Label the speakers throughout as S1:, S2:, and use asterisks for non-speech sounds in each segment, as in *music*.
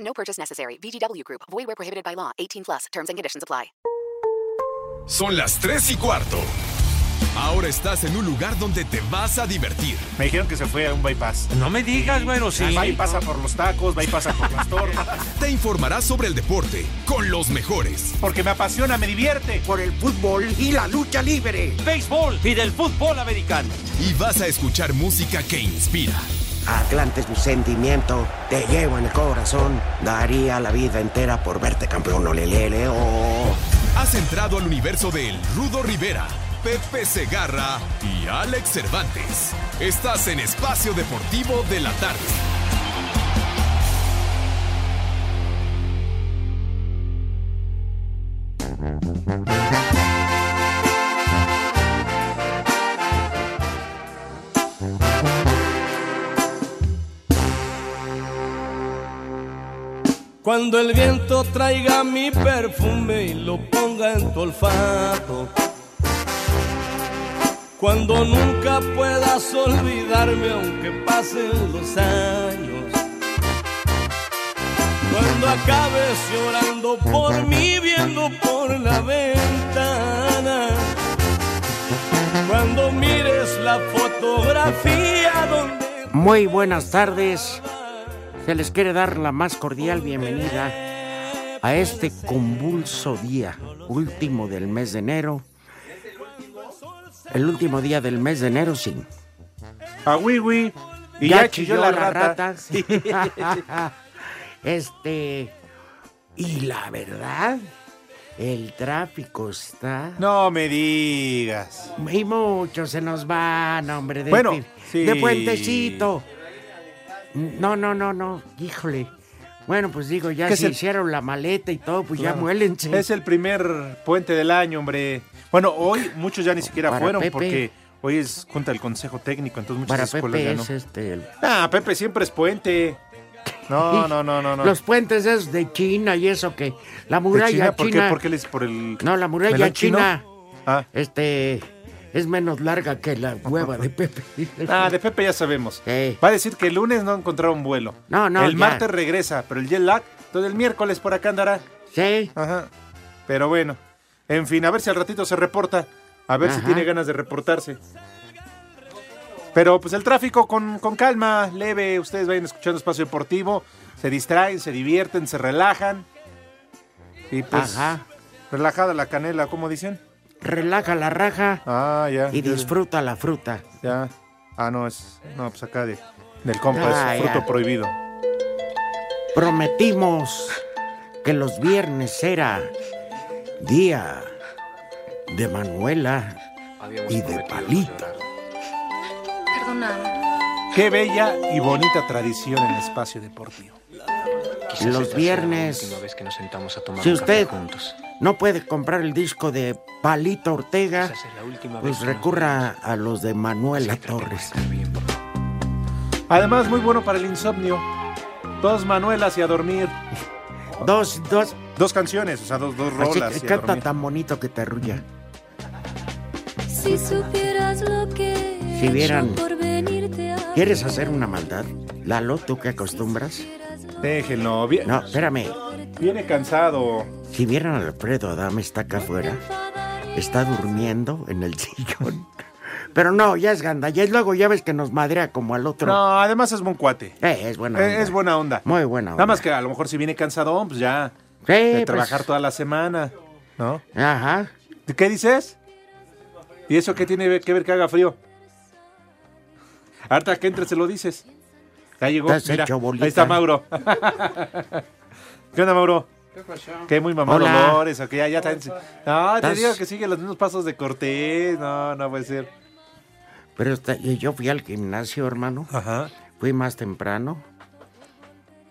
S1: No purchase necessary. VGW Group. Void where prohibited by law. 18 plus. Terms and conditions apply.
S2: Son las 3 y cuarto. Ahora estás en un lugar donde te vas a divertir.
S3: Me dijeron que se fue a un bypass.
S4: No me digas, bueno, sí.
S3: Va y pasa por los tacos, va y pasa por las torres.
S2: Te informarás sobre el deporte con los mejores.
S3: Porque me apasiona, me divierte.
S5: Por el fútbol y la lucha libre.
S4: Béisbol y del fútbol americano.
S2: Y vas a escuchar música que inspira.
S5: Atlante es mi sentimiento, te llevo en el corazón. Daría la vida entera por verte campeón, olelele, oh.
S2: Has entrado al universo del Rudo Rivera, Pepe Segarra y Alex Cervantes. Estás en Espacio Deportivo de la Tarde.
S6: Cuando el viento traiga mi perfume y lo ponga en tu olfato. Cuando nunca puedas olvidarme aunque pasen los años. Cuando acabes llorando por mí viendo por la ventana. Cuando mires la fotografía donde...
S7: Muy buenas tardes. Se les quiere dar la más cordial bienvenida a este convulso día, último del mes de enero. El último día del mes de enero, sí.
S3: A Wiwi. Y
S7: ya, chilló la rata. sí. *laughs* este. Y la verdad, el tráfico está.
S3: *laughs* No me digas.
S7: Y muchos se nos van, hombre. De,
S3: Bueno,
S7: pi-
S3: sí.
S7: de puentecito. No, no, no, no. Híjole. Bueno, pues digo, ya
S3: ¿Qué
S7: se
S3: es el-
S7: hicieron la maleta y todo, pues ya
S3: Claro.
S7: muélense.
S3: Es el primer puente del año, hombre. Bueno, hoy muchos ya ni siquiera
S7: Para
S3: fueron
S7: Pepe.
S3: porque hoy es junta del Consejo Técnico, entonces muchas
S7: Para
S3: escuelas
S7: Pepe
S3: ya no.
S7: es este. el-
S3: Ah, Pepe siempre es puente.
S7: *laughs*
S3: No, no, no, no, no.
S7: Los puentes es de China y eso que. La
S3: ¿De
S7: muralla
S3: China?
S7: china.
S3: ¿Por qué? ¿Por qué les por el
S7: No, la muralla
S3: melón chino?
S7: china.
S3: Ah.
S7: Este. Es menos larga que la hueva de Pepe.
S3: Ah, de Pepe ya sabemos.
S7: Sí.
S3: Va a decir que el lunes no encontraron vuelo.
S7: No, no,
S3: El
S7: ya.
S3: martes regresa, pero el jet lag, todo el miércoles por acá andará.
S7: Sí.
S3: Ajá. Pero bueno. En fin, a ver si al ratito se reporta. A ver si
S7: Ajá.
S3: tiene ganas de reportarse. Pero pues el tráfico con, con calma, leve. Ustedes vayan escuchando espacio deportivo. Se distraen, se divierten, se relajan. Y pues.
S7: Ajá.
S3: Relajada la canela, ¿cómo dicen?
S7: Relaja la raja
S3: Ah, ya.
S7: y
S3: ya,
S7: disfruta la fruta.
S3: Ya. Ah, no, es. No, pues acá de, del compa,
S7: Ah,
S3: es
S7: ya.
S3: fruto prohibido.
S7: Prometimos que los viernes era día de Manuela y de Palito.
S3: Qué bella y bonita tradición en el espacio deportivo.
S7: Los viernes, si usted no puede comprar el disco de Palito Ortega, pues recurra a los de Manuela Torres.
S3: Además, muy bueno para el insomnio. Dos Manuelas y a dormir.
S7: *laughs* Dos, dos.
S3: Dos canciones, o sea, dos, dos
S7: Así
S3: rolas.
S7: que
S3: y a
S7: canta
S3: dormir.
S7: tan bonito que te arrulla.
S8: Si supieras lo que he
S7: Si vieran.
S8: hecho por
S7: *laughs*
S8: venirte a
S7: ¿Quieres hacer una maldad? Lalo, ¿tú qué acostumbras?
S3: Déjenlo. vi-
S7: No, espérame.
S3: Viene cansado.
S7: Si vieran a Alfredo Adame está acá afuera, está durmiendo en el *laughs* sillón. Pero no, ya es ganda, ya es luego ya ves que nos madrea como al otro.
S3: No, además es buen cuate.
S7: Eh, es buena.
S3: Eh,
S7: onda.
S3: es buena onda.
S7: Muy buena
S3: Nada
S7: onda.
S3: más que a lo mejor si viene cansado, pues ya.
S7: Sí,
S3: de
S7: pues,
S3: trabajar toda la semana. ¿No?
S7: Ajá.
S3: ¿De ¿Qué dices? ¿Y eso qué tiene que ver que haga frío? Harta que entres se lo dices. Ya llegó.
S7: Te has
S3: Mira,
S7: hecho bolita.
S3: ahí está Mauro. *laughs* ¿Qué onda, Mauro? Que muy mamado
S7: Hola.
S3: Dolores, o que ya, ya está. No, te
S7: ¿Estás-
S3: digo que sigue los mismos pasos de Cortés. No, no puede ser.
S7: Pero está- y yo fui al gimnasio, hermano.
S3: Ajá.
S7: Fui más temprano.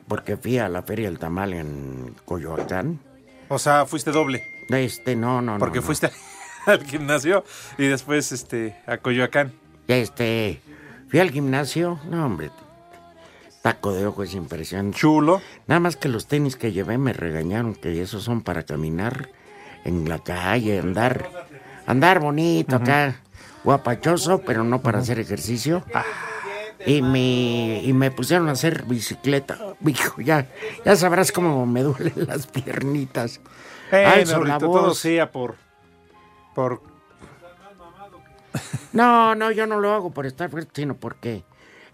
S7: porque fui a la Feria del Tamal en Coyoacán.
S3: O sea, fuiste doble.
S7: Este, no, no, no.
S3: Porque
S7: no.
S3: fuiste *laughs* al gimnasio y después este, a Coyoacán.
S7: Este, fui al gimnasio, no, hombre, taco de ojo es impresionante.
S3: Chulo.
S7: Nada más que los tenis que llevé me regañaron que esos son para caminar en la calle, andar, andar bonito acá, guapachoso, pero no para hacer ejercicio. Y me, y me pusieron a hacer bicicleta. Hijo, ya, ya sabrás cómo me duelen las piernitas.
S3: Eh,
S7: Alzo la
S3: Raulito, todo
S7: voz.
S3: sea por, por...
S7: *laughs* No, no, yo no lo hago por estar fuerte, sino porque.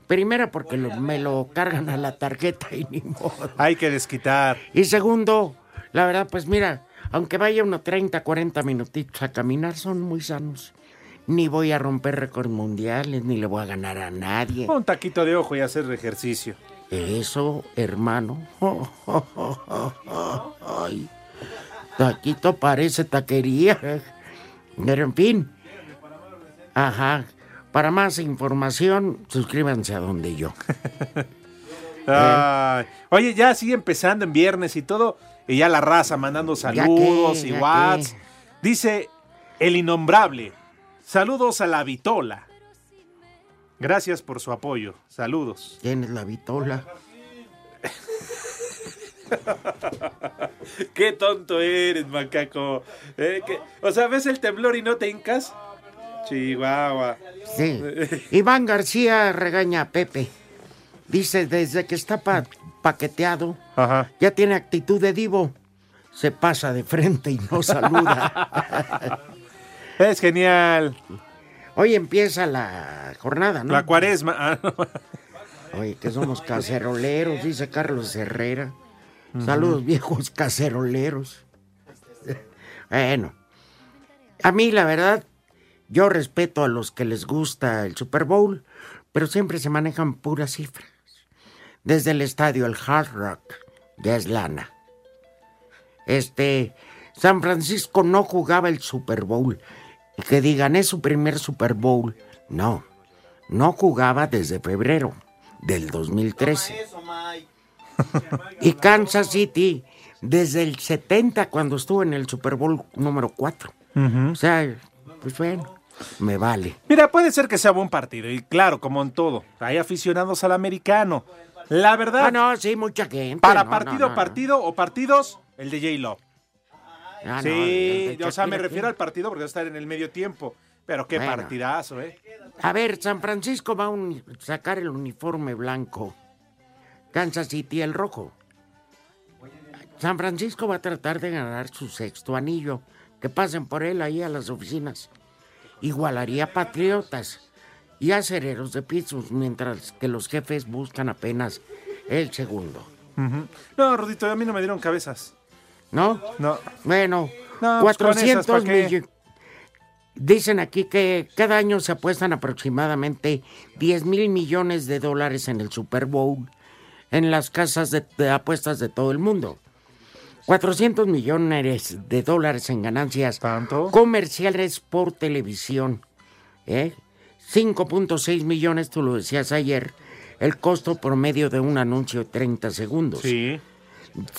S7: Primera, porque lo- me lo cargan a la tarjeta y ni modo.
S3: Hay que desquitar.
S7: Y segundo, la verdad, pues mira, aunque vaya unos 30, 40 minutitos a caminar, son muy sanos. Ni voy a romper récords mundiales, ni le voy a ganar a nadie.
S3: Un taquito de ojo y hacer ejercicio.
S7: Eso, hermano. *laughs* Ay, taquito parece taquería. Pero en fin. Ajá. Para más información, suscríbanse a donde yo.
S3: Ay. Oye, ya sigue empezando en viernes y todo. Y ya la raza mandando saludos
S7: qué,
S3: y
S7: ya
S3: whats.
S7: qué.
S3: Dice el innombrable. Saludos a la Vitola. Gracias por su apoyo. Saludos.
S7: ¿Quién es ¿Eh? la vitola?
S3: *laughs* Qué tonto eres, macaco. Eh, que- O sea, ¿ves el temblor y no te hincas? Chihuahua.
S7: Sí. Iván García regaña a Pepe. Dice, desde que está pa- paqueteado,
S3: Ajá.
S7: ya tiene actitud de divo. Se pasa de frente y no saluda.
S8: *laughs*
S3: Es genial.
S7: Hoy empieza la jornada, ¿no?
S3: La cuaresma. Ah, no.
S7: Oye, que somos caceroleros, dice Carlos Herrera. Saludos, viejos caceroleros. Bueno, a mí la verdad, yo respeto a los que les gusta el Super Bowl, pero siempre se manejan puras cifras. Desde el estadio, el Hard Rock de Aslana. Este, San Francisco no jugaba el Super Bowl. Y que digan, es su primer Super Bowl. No, no jugaba desde febrero del 2013. *laughs* Y Kansas City desde el 70 cuando estuvo en el Super Bowl número 4. O sea, pues bueno, me vale.
S3: Mira, puede ser que sea buen partido. Y claro, como en todo, hay aficionados al americano. La verdad,
S7: Ah, no, sí, mucha gente.
S3: para
S7: No, no,
S3: partido,
S7: no, no.
S3: partido o partidos, el de J-Lo.
S7: Ah, no, el
S3: sí,
S7: de
S3: o sea, me
S7: Shakira,
S3: refiero
S7: ¿quién?
S3: al partido porque va a estar en el medio tiempo. Pero qué
S7: Bueno.
S3: partidazo, ¿eh?
S7: A ver, San Francisco va a uni- sacar el uniforme blanco. Kansas City el rojo. San Francisco va a tratar de ganar su sexto anillo. Que pasen por él ahí a las oficinas. Igualaría a Patriotas y acereros de pisos, mientras que los jefes buscan apenas el segundo.
S3: No, Rudito, a mí no me dieron cabezas.
S7: ¿No?
S3: No.
S7: Bueno,
S3: No, pues con
S7: 400
S3: esas, ¿pa' qué?
S7: millones. Dicen aquí que cada año se apuestan aproximadamente 10 mil millones de dólares en el Super Bowl en las casas de, de apuestas de todo el mundo. 400 millones de dólares en ganancias
S3: ¿Tanto?
S7: comerciales por televisión. ¿eh? 5.6 millones, tú lo decías ayer, el costo promedio de un anuncio de 30 segundos.
S3: Sí.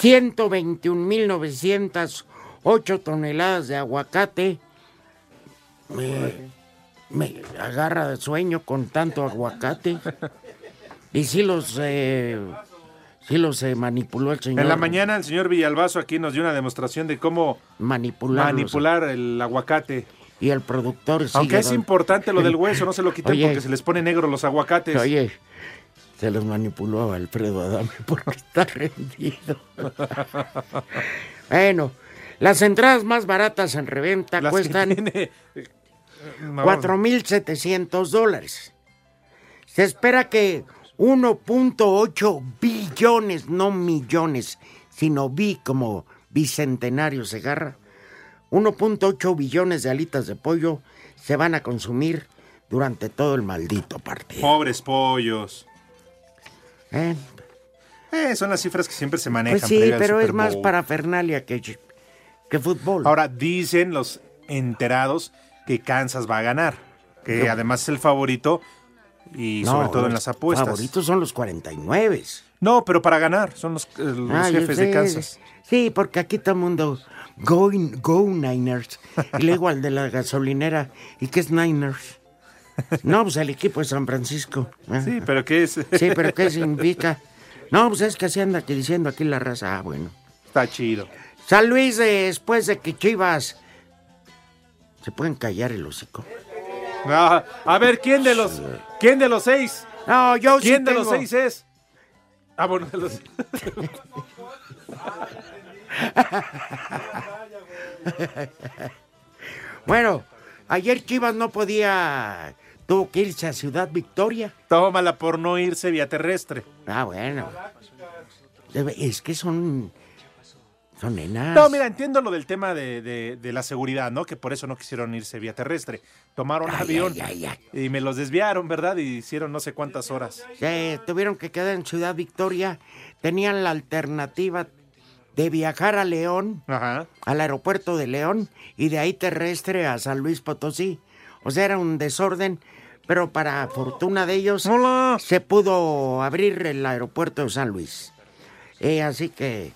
S7: 121.908 toneladas de aguacate. Me, me agarra de sueño con tanto aguacate. Y sí los, eh, sí los eh, manipuló el señor.
S3: En la mañana el señor Villalbazo aquí nos dio una demostración de cómo
S7: Manipularlos.
S3: manipular el aguacate.
S7: Y el productor sigue
S3: Aunque es
S7: don-
S3: importante lo del hueso, no se lo quiten
S7: Oye.
S3: porque se les pone negro los aguacates.
S7: Oye, se los manipuló a Alfredo Adame porque está rendido. bueno, las entradas más baratas en reventa
S3: Las que
S7: cuestan...
S3: tiene- No,
S7: 4.700 dólares. Se espera que 1.8 billones, no millones, sino bi como bicentenario se agarra, 1.8 billones de alitas de pollo se van a consumir durante todo el maldito partido.
S3: Pobres pollos.
S7: ¿eh?
S3: Eh, son las cifras que siempre se manejan.
S7: Pues sí,
S3: previo al
S7: pero
S3: Super
S7: es más
S3: Bowl.
S7: para Fernalia que, que fútbol.
S3: Ahora dicen los enterados que Kansas va a ganar, que además es el favorito y sobre todo en las apuestas.
S7: Favoritos son los 49.
S3: No, pero para ganar, son los, eh, los
S7: Ah, yo
S3: jefes
S7: sé.
S3: de Kansas.
S7: Sí, porque aquí todo el mundo, go, in- go Niners. Y le digo al de la gasolinera, ¿y qué es Niners? No, pues el equipo de San Francisco. Ah,
S3: Sí, pero ¿qué es?
S7: sí, pero ¿qué
S3: *laughs*
S7: significa? No, pues es que así anda aquí diciendo aquí la raza. Ah, bueno.
S3: Está chido.
S7: San Luis, eh, después de que Chivas... Se pueden callar el hocico.
S3: Ah, a ver, ¿quién de los, quién de los seis?
S7: No, yo sí
S3: ¿Quién de los
S7: tengo-
S3: seis es? Ah, bueno, *laughs* de los...
S7: *laughs* Bueno, ayer Chivas no podía... Tuvo que irse a Ciudad Victoria.
S3: Tómala por no irse vía terrestre.
S7: Ah, bueno. Debe- Es que son. Son nenas.
S3: No, mira, entiendo lo del tema de, de- de la seguridad, ¿no? Que por eso no quisieron irse vía terrestre. Tomaron
S7: Ay,
S3: avión
S7: ay, ay, ay.
S3: y me los desviaron, ¿verdad? Y hicieron no sé cuántas horas.
S7: Se Eh, tuvieron que quedar en Ciudad Victoria. Tenían la alternativa de viajar a León,
S3: Ajá.
S7: al aeropuerto de León, y de ahí terrestre a San Luis Potosí. O sea, era un desorden, pero para fortuna de ellos.
S3: Hola.
S7: Se pudo abrir el aeropuerto de San Luis. Eh, así que.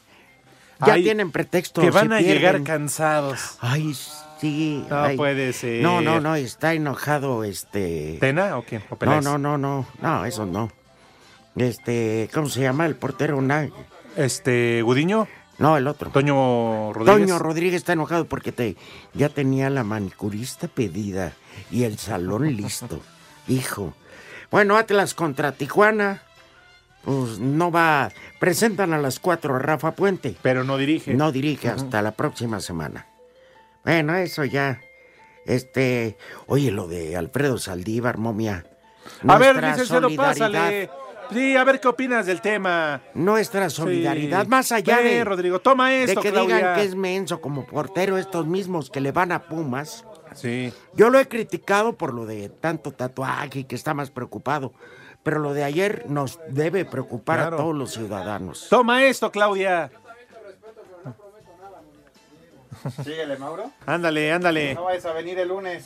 S7: Ya
S3: Ay,
S7: tienen pretexto.
S3: Que
S7: si
S3: van a llegar
S7: pierden.
S3: cansados.
S7: Ay, sí.
S3: No
S7: ay.
S3: puede ser.
S7: No, no, no, está enojado este.
S3: ¿Tena o quién? ¿O
S7: no,
S3: Peláez?
S7: no, no, no, no, eso no. Este, ¿cómo se llama el portero? Na-
S3: Este, Gudiño,
S7: No, el otro.
S3: Toño Rodríguez.
S7: Toño Rodríguez está enojado porque te ya tenía la manicurista pedida y el
S3: *laughs*
S7: salón listo. Hijo. Bueno, Atlas contra Tijuana. Pues no va. Presentan a las cuatro a Rafa Puente.
S3: Pero no dirige.
S7: No dirige hasta la próxima semana. Bueno, eso ya. Este, oye, lo de Alfredo Saldívar, momia.
S3: a ver,
S7: Nuestra
S3: licenciado,
S7: solidaridad-
S3: pásale. Sí, a ver qué opinas del tema.
S7: Nuestra solidaridad,
S3: Sí.
S7: más allá
S3: Ve,
S7: de,
S3: Rodrigo, toma
S7: de
S3: esto,
S7: que
S3: Claudia.
S7: digan que es menso como portero estos mismos que le van a Pumas.
S3: Sí.
S7: Yo lo he criticado por lo de tanto tatuaje y que está más preocupado. Pero lo de ayer nos debe preocupar
S3: Claro.
S7: a todos los ciudadanos.
S3: Toma esto, Claudia.
S9: Síguele, Mauro.
S3: Ándale, Eh, ándale.
S9: No vayas a venir el lunes.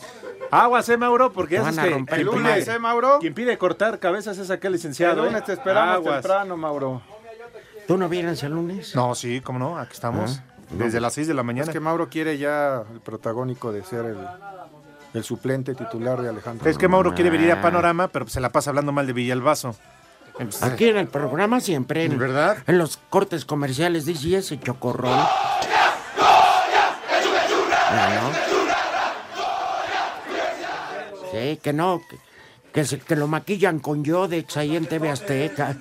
S3: Aguas, eh, Mauro,
S7: Te
S3: porque ya
S7: van a
S3: sabes que
S7: romper
S9: El
S7: tu
S9: lunes,
S7: madre.
S9: ¿eh, Mauro?
S3: Quien pide cortar cabezas es acá,
S9: El
S3: licenciado.
S9: lunes
S3: ¿eh?
S9: te esperamos
S3: Aguas.
S9: temprano, Mauro.
S7: ¿Tú no vienes el lunes? Ah,
S3: No, sí, cómo no, aquí estamos. Ah, Desde las 6 de la mañana.
S9: Es que Mauro quiere ya el protagónico de ser el, el suplente titular de Alejandro.
S3: Mauro quiere venir
S7: Ah.
S3: a Panorama, pero se la pasa hablando mal de Villalbazo.
S7: Aquí en el programa siempre. En,
S3: ¿Verdad?
S7: En los cortes comerciales dice ese chocorrón. Ah, ¿no? Sí, que no. Que, que se- que lo maquillan con Yodex ahí en TV Azteca.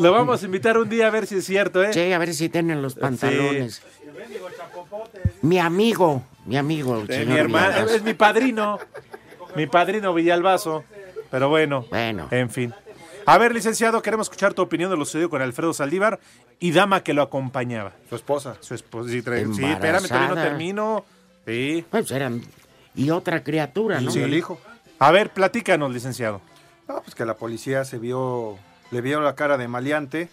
S3: Lo vamos a invitar un día a ver si es cierto, ¿eh?
S7: Sí, a ver si tienen los pantalones. Mi amigo, mi amigo, el
S9: Pues,
S3: Eh,
S7: señor
S3: mi hermano,
S7: Villegas.
S3: es mi padrino. mi padrino Villalbazo. Pero bueno.
S7: Bueno.
S3: En fin. A ver, licenciado, queremos escuchar tu opinión de lo sucedido con Alfredo Saldívar y dama que lo acompañaba.
S9: Su esposa.
S3: Su esposa. Sí, tra- sí, espérame, todavía no
S7: Embarazada.
S3: termino. Sí.
S7: Pues eran. Y otra criatura, ¿no?
S9: Sí. El hijo.
S3: A ver, platícanos, licenciado.
S9: No, pues que la policía se vio, le vieron la cara de maleante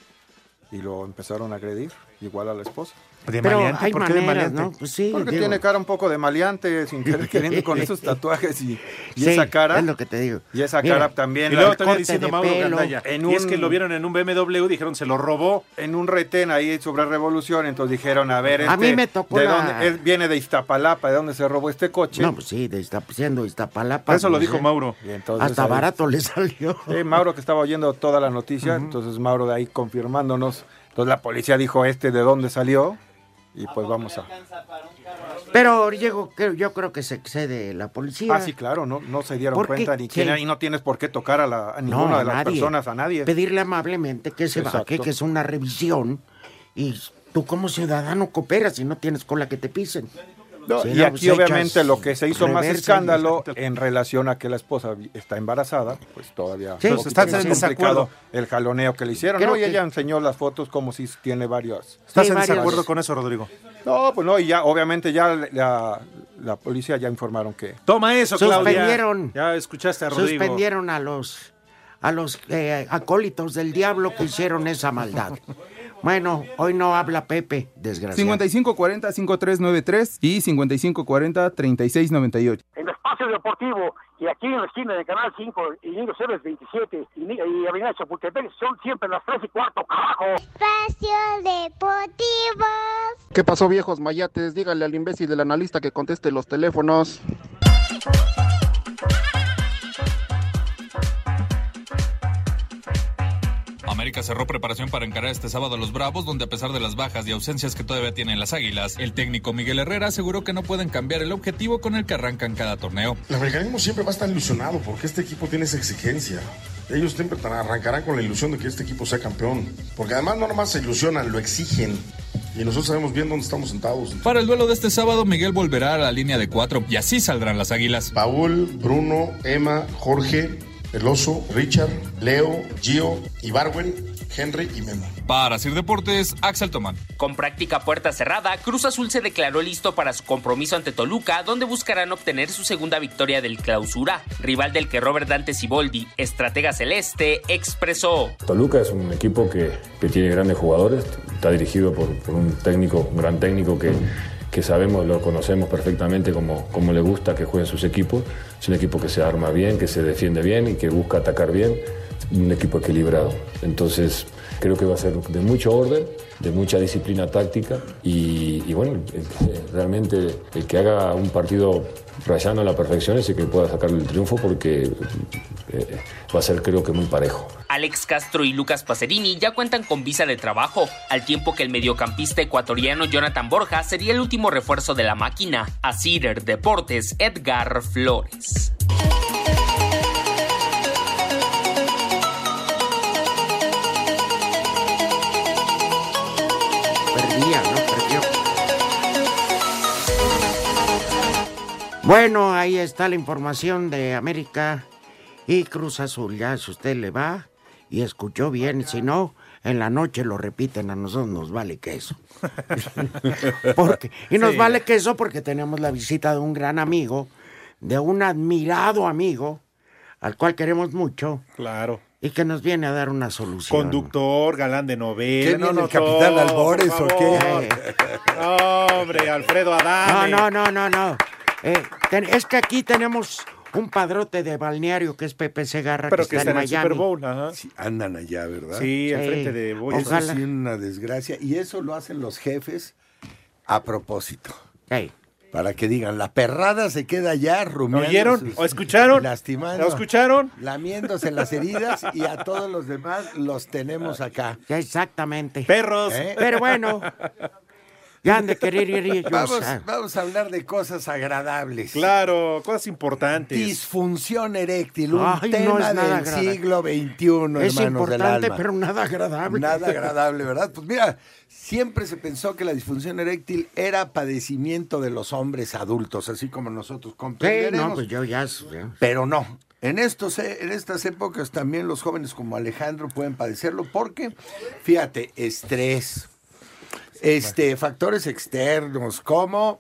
S9: y lo empezaron a agredir, igual a la esposa.
S3: ¿De
S7: Pero
S3: maleante?
S7: hay
S3: ¿Por qué de
S7: maneras,
S3: maleante?
S7: ¿no? Pues sí,
S9: Porque
S7: digo,
S9: tiene cara un poco de maleante, sin querer
S7: *laughs*
S9: queriendo con esos tatuajes y, y
S7: sí,
S9: esa cara.
S7: Es lo que te digo.
S9: Y esa
S7: Mira,
S9: cara también.
S3: Y
S9: la-
S3: luego todavía
S7: corte
S3: diciendo
S7: de
S3: Mauro
S7: pelo.
S3: Gandaya.
S9: En
S3: Y es
S9: un-
S3: que lo vieron en un BMW, dijeron, se lo robó.
S9: en un retén ahí sobre Revolución, entonces dijeron, a ver,
S7: A
S9: este,
S7: mí me tocó
S9: ¿de
S7: la-
S9: dónde? Él viene de Iztapalapa, ¿de dónde se robó este coche?
S7: No, pues sí, de Izta- siendo Iztapalapa.
S3: Eso lo
S7: pues,
S3: dijo
S7: eh,
S3: Mauro.
S9: Y entonces
S7: Hasta
S9: ahí-
S7: barato le salió.
S9: Sí, Mauro que estaba oyendo toda la noticia, entonces Mauro de ahí confirmándonos. Entonces la policía dijo, este, ¿de dónde salió? Y pues vamos a...
S7: Pero llego, creo- yo creo que se excede la policía.
S9: Ah, sí, claro, no, no se dieron
S7: Porque
S9: cuenta ni
S7: que-
S9: quién era, y no tienes por qué tocar a, la, a ninguna de las personas, a nadie.
S7: Pedirle amablemente que se
S9: Exacto.
S7: baje, que es una revisión. Y tú como ciudadano cooperas y no tienes cola que te pisen.
S9: No,
S7: Sí,
S9: y
S7: no,
S9: aquí
S7: pues,
S9: obviamente
S7: echas
S9: lo que se hizo más
S7: reversa y-
S9: escándalo en relación a que la esposa vi- está embarazada, pues todavía
S7: Sí,
S9: un
S7: pues,
S9: poquito
S7: estás
S9: más
S7: en
S9: complicado
S3: desacuerdo.
S9: el jaloneo que le hicieron,
S7: Creo
S9: ¿no? Y
S7: que-
S9: ella enseñó las fotos como si tiene varios.
S3: ¿Estás
S7: Sí,
S3: en
S7: varios.
S3: desacuerdo con eso, Rodrigo?
S9: No, pues no, y ya obviamente ya la, la policía ya informaron que
S3: Toma eso, Claudia.
S7: Suspendieron.
S3: Ya escuchaste a Rodrigo. *laughs*
S7: Suspendieron a los a los eh, acólitos del diablo que hicieron esa maldad.
S9: *laughs*
S7: Bueno, hoy no habla Pepe, desgraciado.
S10: 5540-5393 y 5540-3698.
S11: En los pasos
S10: espacio deportivo y aquí en la esquina de Canal 5 y Niño Ceres 27 y, Ni- y Avenida Chapultepec son siempre las 3 y cuarto, carajo.
S11: Espacio Deportivo.
S12: ¿Qué pasó, viejos mayates? Dígale al imbécil del analista que conteste los teléfonos.
S13: América cerró preparación para encarar este sábado a los Bravos, donde a pesar de las bajas y ausencias que todavía tienen las Águilas, el técnico Miguel Herrera aseguró que no pueden cambiar el objetivo con el que arrancan cada torneo.
S14: El americanismo siempre va a estar ilusionado porque este equipo tiene esa exigencia. Ellos siempre tra- arrancarán con la ilusión de que este equipo sea campeón. Porque además no nomás se ilusionan, lo exigen. Y nosotros sabemos bien dónde estamos sentados.
S13: Para el duelo de este sábado, Miguel volverá a la línea de cuatro y así saldrán las Águilas.
S14: Paul, Bruno, Emma, Jorge, El Oso, Richard, Leo, Gio, Ibarwen, Henry y Memo.
S13: Para Sir Deportes, Axel Tomán.
S15: Con práctica puerta cerrada, Cruz Azul se declaró listo para su compromiso ante Toluca, donde buscarán obtener su segunda victoria del clausura, rival del que Robert Dante Siboldi, estratega celeste, expresó.
S16: Toluca es un equipo que, que tiene grandes jugadores, está dirigido por, por un técnico, un gran técnico que, que sabemos, lo conocemos perfectamente como, como le gusta que jueguen sus equipos. Es un equipo que se arma bien, que se defiende bien y que busca atacar bien, un equipo equilibrado. Entonces, creo que va a ser de mucho orden, de mucha disciplina táctica y, y bueno, eh, realmente el que haga un partido rayando a la perfección es el que pueda sacar el triunfo porque eh, va a ser creo que muy parejo.
S15: Alex Castro y Lucas Pacerini ya cuentan con visa de trabajo, al tiempo que el mediocampista ecuatoriano Jonathan Borja sería el último refuerzo de la máquina. A Cider Deportes, Edgar Flores.
S7: Perdía, ¿no? Perdió. Bueno, ahí está la información de América y Cruz Azul. Ya si usted le va y escuchó bien, si no, en la noche lo repiten, a nosotros nos vale queso. *laughs* Porque- y nos
S17: Sí.
S7: vale queso porque tenemos la visita de un gran amigo, de un admirado amigo, al cual queremos mucho.
S3: Claro.
S7: Y que nos viene a dar una solución.
S3: Conductor, galán de novela.
S7: ¿Qué,
S3: no,
S7: viene
S3: no,
S7: el Capitán
S3: todo,
S7: Albores
S3: por
S7: o qué?
S3: favor. No, hombre, Alfredo
S7: Eh, No,
S3: Adame.
S7: no, no, no, no. Eh, ten- es que aquí tenemos un padrote de balneario que es Pepe Segarra,
S3: Pero
S7: que, está en
S3: el Super
S7: Miami.
S3: Bowl, ajá.
S17: Andan allá, ¿verdad?
S3: Sí, al Sí. frente de Boyacá.
S17: Eso
S3: Ojalá.
S17: sí, una desgracia. Y eso lo hacen los jefes a propósito. Para que digan, la perrada se queda allá rumiando.
S3: oyeron?
S17: sus-
S3: ¿O escucharon?
S17: Lastimando.
S3: ¿Lo escucharon?
S17: Lamiéndose las heridas y a todos los demás los
S7: Ah,
S17: tenemos acá.
S7: Exactamente.
S3: Perros.
S17: ¿Eh?
S7: Pero *laughs* bueno, ya han de querer ir ellos.
S17: Vamos,
S7: ah.
S17: vamos a hablar de cosas agradables.
S3: Claro, cosas importantes.
S17: Disfunción eréctil, un
S7: Ay, no
S17: tema
S7: es nada
S17: del
S7: agradable.
S17: siglo XXI,
S7: Es
S17: hermanos del
S7: importante,
S17: alma.
S7: pero nada agradable.
S17: Nada agradable, ¿verdad? Pues mira, siempre se pensó que la disfunción eréctil era padecimiento de los hombres adultos, así como nosotros
S7: Sí,
S17: comprenderemos.
S7: no, pues yo ya. ya.
S17: Pero no. En, estos, eh, en estas épocas también los jóvenes como Alejandro pueden padecerlo porque, fíjate, estrés, este, factores externos como,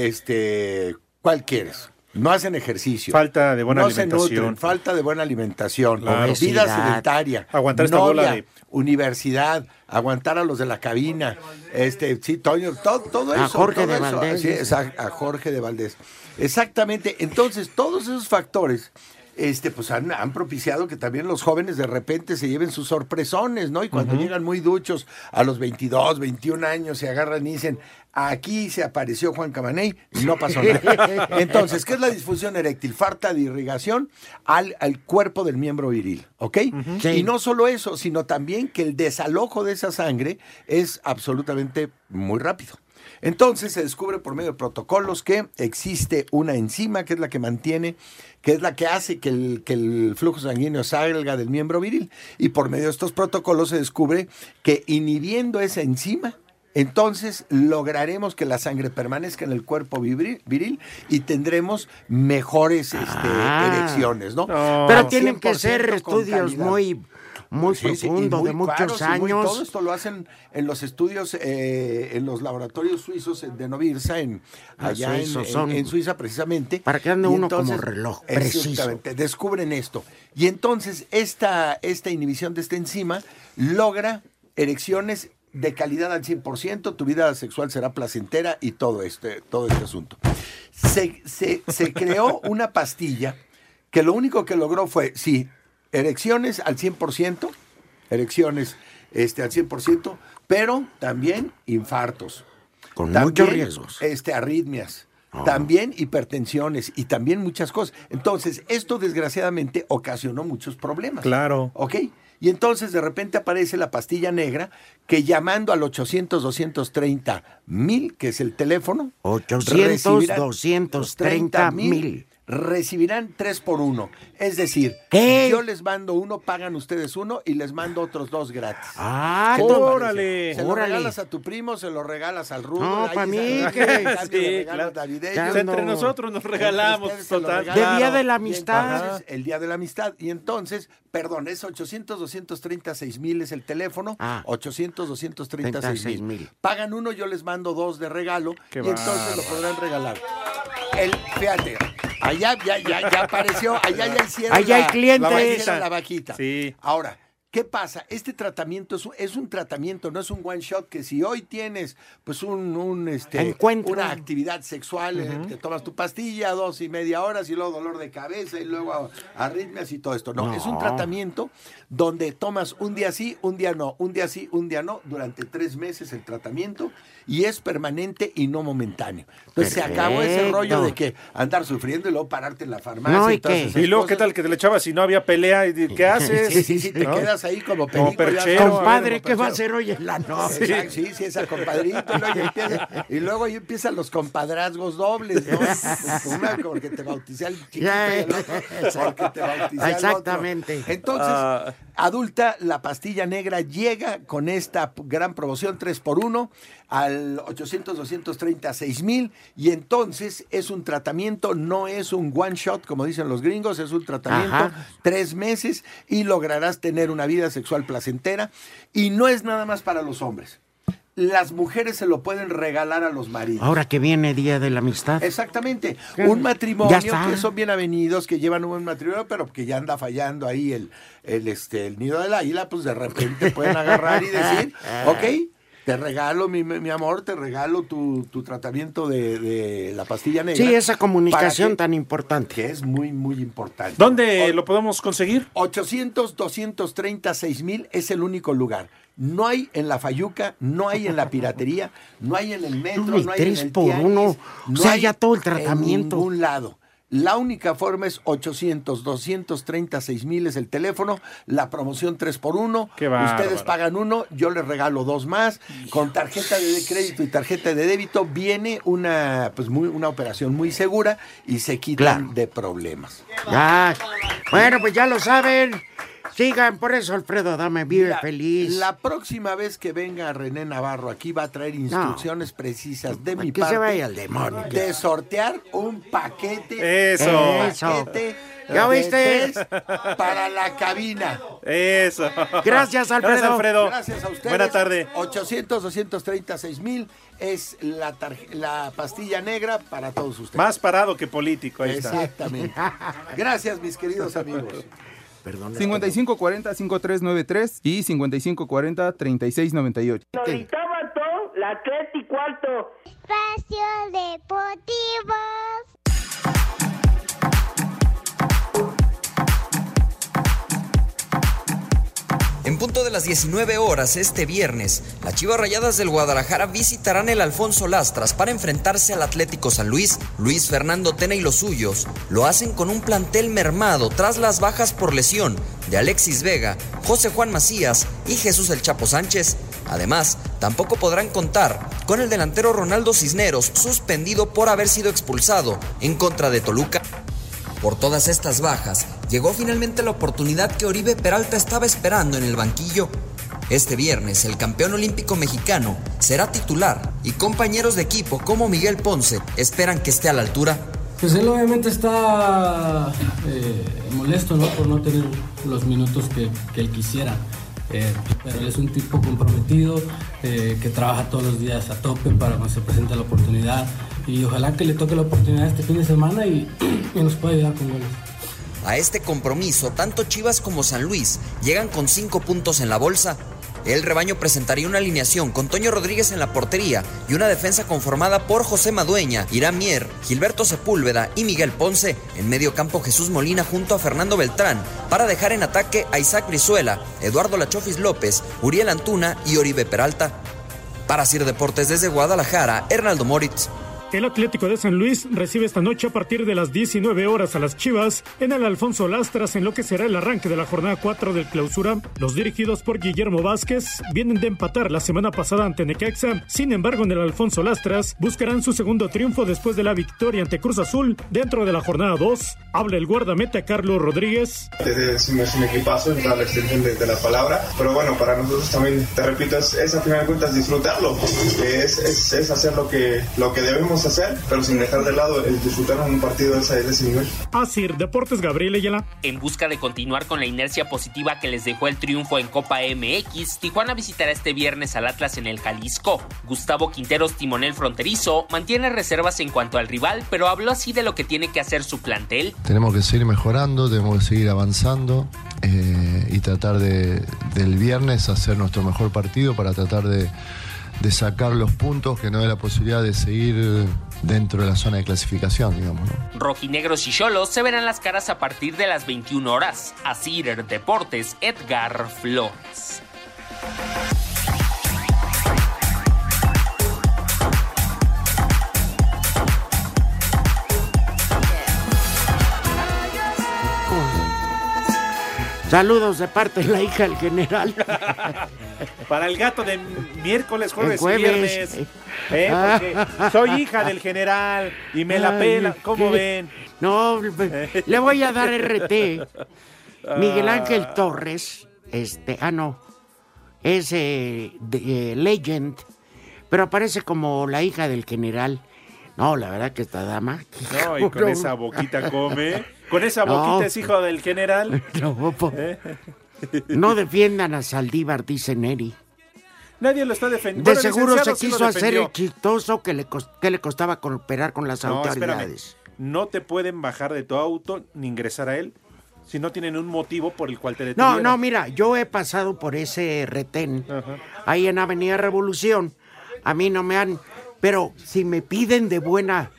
S17: este, ¿cuál quieres? No hacen ejercicio.
S3: Falta de buena
S17: no Se
S3: alimentación.
S17: nutren, falta de buena alimentación.
S3: Claro.
S17: Vida
S3: Obesidad.
S17: sedentaria.
S3: Aguantar esta bola
S17: novia,
S3: de-
S17: Universidad, aguantar a los de la cabina, este, sí, Toño, todo, todo
S7: A
S17: eso.
S7: Jorge
S17: todo
S7: de
S17: eso,
S7: Valdés,
S17: así
S7: dice.
S17: es, a, a Jorge de Valdés. Exactamente. Entonces, todos esos factores. Este, pues han, han propiciado que también los jóvenes de repente se lleven sus sorpresones, ¿no? Y cuando llegan muy duchos a los 22, 21 años, se agarran y dicen, aquí se apareció Juan Camaney, no pasó nada. Entonces, ¿qué es la disfunción eréctil? Falta de irrigación al, al cuerpo del miembro viril, ¿ok?
S7: Sí.
S17: Y no solo eso, sino también que el desalojo de esa sangre es absolutamente muy rápido. Entonces se descubre por medio de protocolos que existe una enzima que es la que mantiene, que es la que hace que el, que el flujo sanguíneo salga del miembro viril. Y por medio de estos protocolos se descubre que inhibiendo esa enzima, entonces lograremos que la sangre permanezca en el cuerpo vibri- viril y tendremos mejores este,
S7: Ah.
S17: erecciones, ¿no?
S7: Pero tienen que
S17: 100%
S7: ser
S17: con
S7: estudios
S17: calidad.
S7: muy, muy
S17: Sí, sí, y
S7: profundos,
S17: muy
S7: de muchos
S17: caros, y muy-
S7: años.
S17: todo esto lo hacen en los estudios, eh, en los laboratorios suizos de Novirsa, en,
S7: Ah,
S17: allá en,
S7: suizos
S17: en-
S7: son-
S17: en Suiza precisamente.
S7: Para que ande
S17: Y
S7: uno como
S17: entonces- eh,
S7: reloj,
S17: Exactamente, descubren esto. Y entonces esta, esta inhibición de esta enzima logra erecciones de calidad al 100%, tu vida sexual será placentera y todo este, todo este asunto. Se, se-
S7: *laughs*
S17: se creó una pastilla que lo único que logró fue, sí, erecciones al 100%, erecciones este, al 100%, pero también infartos.
S7: Con
S17: También,
S7: muchos riesgos.
S17: Este, arritmias. También hipertensiones y también muchas cosas. Entonces, esto desgraciadamente ocasionó muchos problemas.
S3: Claro.
S17: ¿Ok? Y entonces de repente aparece la pastilla negra que llamando al 800-230 mil, que es el teléfono,
S7: 800,
S17: recibirán-
S7: 230 mil.
S17: Recibirán tres por uno. Es decir,
S7: ¿Qué?
S17: yo les mando uno, pagan ustedes uno y les mando otros dos gratis.
S7: Ah,
S17: ¿Qué te parece?
S7: órale,
S17: Se lo
S7: órale.
S17: regalas a tu primo, se lo regalas al rudo.
S7: No,
S17: ahí
S7: pa'
S17: se-
S7: mí,
S17: ahí
S7: ¿qué?
S17: se-
S7: Sí,
S17: se-
S7: claro.
S17: navideños.
S7: Ya O sea, entre no. nosotros
S3: nos regalamos,
S17: Entre ustedes se lo
S3: total.
S17: regalan.
S7: De Día de la
S17: Y
S7: Amistad.
S17: entonces, el día de la amistad. Y entonces, perdón, es 800 236 mil es el teléfono.
S7: Ah.
S17: 800 236 mil.
S7: 36,000.
S17: Pagan uno, yo les mando dos de regalo
S7: Qué
S17: y entonces
S7: bárbaro.
S17: lo podrán regalar. El, fíjate, allá ya, ya, ya apareció, allá ya hicieron
S7: Allá hay
S17: la-
S7: clientes.
S17: la vaquita. La vaquita. Ahora, ¿qué pasa? Este tratamiento es un, es un tratamiento, no es un one shot que si hoy tienes pues un, un, este
S7: Encuentro.
S17: una actividad sexual, eh, te tomas tu pastilla dos y media horas y luego dolor de cabeza y luego a- arritmias y todo esto. No,
S7: No.
S17: es un tratamiento donde tomas un día sí, un día no, un día sí, un día no, durante tres meses el tratamiento y es permanente y no momentáneo. Entonces se acabó ese
S3: Perfecto.
S17: rollo de que andar sufriendo y luego pararte en la farmacia. y todas esas
S3: Y luego,
S17: cosas.
S3: ¿qué tal que te le echabas si no había pelea? ¿Y ¿Qué haces?
S17: Sí, sí, sí, te
S3: ¿No?
S17: quedas ahí como
S3: Como
S17: perico, ya
S3: perchero,
S17: sabes,
S3: Compadre,
S17: como
S7: ¿qué va a
S17: perchero.
S7: hacer hoy en la noche?
S17: Exacto, Sí, sí, esa compadrito. Y luego, ya empieza- y luego ahí empiezan los compadrazgos dobles,
S7: *laughs*
S17: ¿no? Una porque te bauticé al chiquito y el otro porque te bauticé al otro.
S7: eh, Exactamente.
S17: Entonces,
S7: Ah.
S17: adulta, la pastilla negra llega con esta p- gran promoción 3x1 al 800-236 mil y entonces es un tratamiento, no es un one shot, como dicen los gringos, es un tratamiento
S7: Ajá.
S17: tres meses y lograrás tener una vida sexual placentera y no es nada más para los hombres. Las mujeres se lo pueden regalar a los maridos.
S7: Ahora que viene Día de la Amistad.
S17: Exactamente.
S7: Claro.
S17: Un matrimonio
S7: Ya está.
S17: que son bienvenidos, que llevan un buen matrimonio, pero que ya anda fallando ahí el, el, este, el nido del águila, pues de repente pueden agarrar y
S7: *laughs*
S17: decir, ok, te regalo mi, mi amor, te regalo tu, tu tratamiento de, de la pastilla negra.
S7: Sí, esa comunicación
S17: Para
S7: tan importante.
S17: Que es muy, muy importante.
S3: ¿Dónde lo podemos conseguir?
S17: 800, 236 mil es el único lugar. No hay en la Fayuca, no hay en la piratería, no hay en el metro,
S7: Uy,
S17: no hay
S7: tres
S17: en el
S7: por
S17: tianguis,
S7: uno. O
S17: no
S7: sea,
S17: hay
S7: ya todo el
S17: En
S7: tratamiento.
S17: ningún lado. La única forma es 800, 236 mil es el teléfono, la promoción 3x1.
S3: Qué bárbaro.
S17: Ustedes pagan uno, yo les regalo dos más. Con tarjeta de crédito y tarjeta de débito viene una, pues muy, una operación muy segura y se quitan de problemas.
S7: Ya. Ah, Bueno, pues ya lo saben. Sigan, por eso Alfredo Dame vive
S17: La-
S7: feliz.
S17: La próxima vez que venga René Navarro aquí va a traer instrucciones precisas de mi
S7: que se
S17: parte.
S7: vaya al demonio.
S17: De sortear un paquete.
S3: Eso.
S17: un
S7: Eso.
S17: paquete
S7: ¿Ya
S17: de
S7: viste?
S17: tres para la cabina.
S3: Eso.
S7: Gracias, Alfredo.
S3: Gracias, Alfredo.
S17: Gracias a ustedes.
S3: Buena tarde.
S17: 800 236 mil es la, tarje- la pastilla negra para todos ustedes.
S3: Más parado que político. Ahí está.
S17: Exactamente. Gracias, mis queridos amigos.
S7: Perdón.
S18: 5540-5393 y 5540-3698.
S11: Mató, la tres y cuarto. Espacio Deportivo.
S19: En punto de las 19 horas este viernes, las Chivas Rayadas del Guadalajara visitarán el Alfonso Lastras para enfrentarse al Atlético San Luis. Luis Fernando Tena y los suyos lo hacen con un plantel mermado tras las bajas por lesión de Alexis Vega, José Juan Macías y Jesús El Chapo Sánchez. Además, tampoco podrán contar con el delantero Ronaldo Cisneros, suspendido por haber sido expulsado en contra de Toluca. Por todas estas bajas, llegó finalmente la oportunidad que Oribe Peralta estaba esperando en el banquillo. Este viernes, el campeón olímpico mexicano será titular y compañeros de equipo como Miguel Ponce esperan que esté a la altura.
S20: Pues él obviamente está eh, molesto, ¿no? Por no tener los minutos que, que él quisiera. Eh, pero él es un tipo comprometido, eh, que trabaja todos los días a tope para cuando se presente la oportunidad. Y ojalá que le toque la oportunidad este fin de semana y, *clears throat* y nos pueda ayudar con goles.
S19: A este compromiso, tanto Chivas como San Luis llegan con cinco puntos en la bolsa. El rebaño presentaría una alineación con Toño Rodríguez en la portería y una defensa conformada por José Madueña, Irán Mier, Gilberto Sepúlveda y Miguel Ponce. En medio campo Jesús Molina junto a Fernando Beltrán para dejar en ataque a Isaac Brizuela, Eduardo Lachofis López, Uriel Antuna y Oribe Peralta. Para Sir Deportes desde Guadalajara, Hernaldo Moritz.
S21: El Atlético de San Luis recibe esta noche a partir de las 19 horas a las Chivas en el Alfonso Lastras en lo que será el arranque de la jornada 4 del clausura. Los dirigidos por Guillermo Vázquez vienen de empatar la semana pasada ante Necaxa. Sin embargo, en el Alfonso Lastras buscarán su segundo triunfo después de la victoria ante Cruz Azul dentro de la jornada 2. Habla el guardameta Carlos Rodríguez.
S22: Es un, es un equipazo, es la extensión de, de la palabra. Pero bueno, para nosotros también, te repito, es, es a final de cuentas disfrutarlo. Es, es, es hacer lo que, lo que debemos hacer, pero sin dejar de lado el disfrutar un partido de, esa, de ese nivel.
S21: Así, Deportes Gabriel Ayala.
S15: En busca de continuar con la inercia positiva que les dejó el triunfo en Copa MX, Tijuana visitará este viernes al Atlas en el Jalisco. Gustavo Quinteros, timonel fronterizo, mantiene reservas en cuanto al rival, pero habló así de lo que tiene que hacer su plantel.
S23: Tenemos que seguir mejorando, tenemos que seguir avanzando eh, y tratar de, del viernes hacer nuestro mejor partido para tratar de de sacar los puntos que no da la posibilidad de seguir dentro de la zona de clasificación, digamos. ¿no?
S15: Rojinegros y Cholos se verán las caras a partir de las 21 horas. Así Deportes, Edgar Flores.
S7: Saludos de parte de la hija del
S17: *laughs*
S7: general.
S3: Para el gato de miércoles, jueves,
S7: El jueves.
S3: viernes. ¿eh? Porque soy hija del general y me la
S7: Ay,
S3: pela. ¿Cómo
S7: qué-
S3: ven?
S7: No, pues, le le voy a dar RT. Miguel
S3: Ah.
S7: Ángel Torres, este, ah, no, es eh, de- eh, Legend, pero aparece como la hija del general. No, la verdad que esta dama.
S3: No, y con
S7: *laughs*
S3: esa boquita come. Con esa
S7: No.
S3: boquita es hijo del general.
S7: *laughs* No, po-
S3: ¿eh?
S7: no defiendan a Saldívar, dice Neri.
S3: Nadie lo está
S7: De
S3: defendiendo.
S7: seguro se quiso hacer el chistoso que le, cos- que le costaba cooperar con las
S3: No, espérame.
S7: autoridades.
S3: No te pueden bajar de tu auto ni ingresar a él si no tienen un motivo por el cual te
S7: No,
S3: detuvieron.
S7: no, mira, yo he pasado por ese retén ahí en Avenida Revolución. A mí no me han, pero si me piden de buena,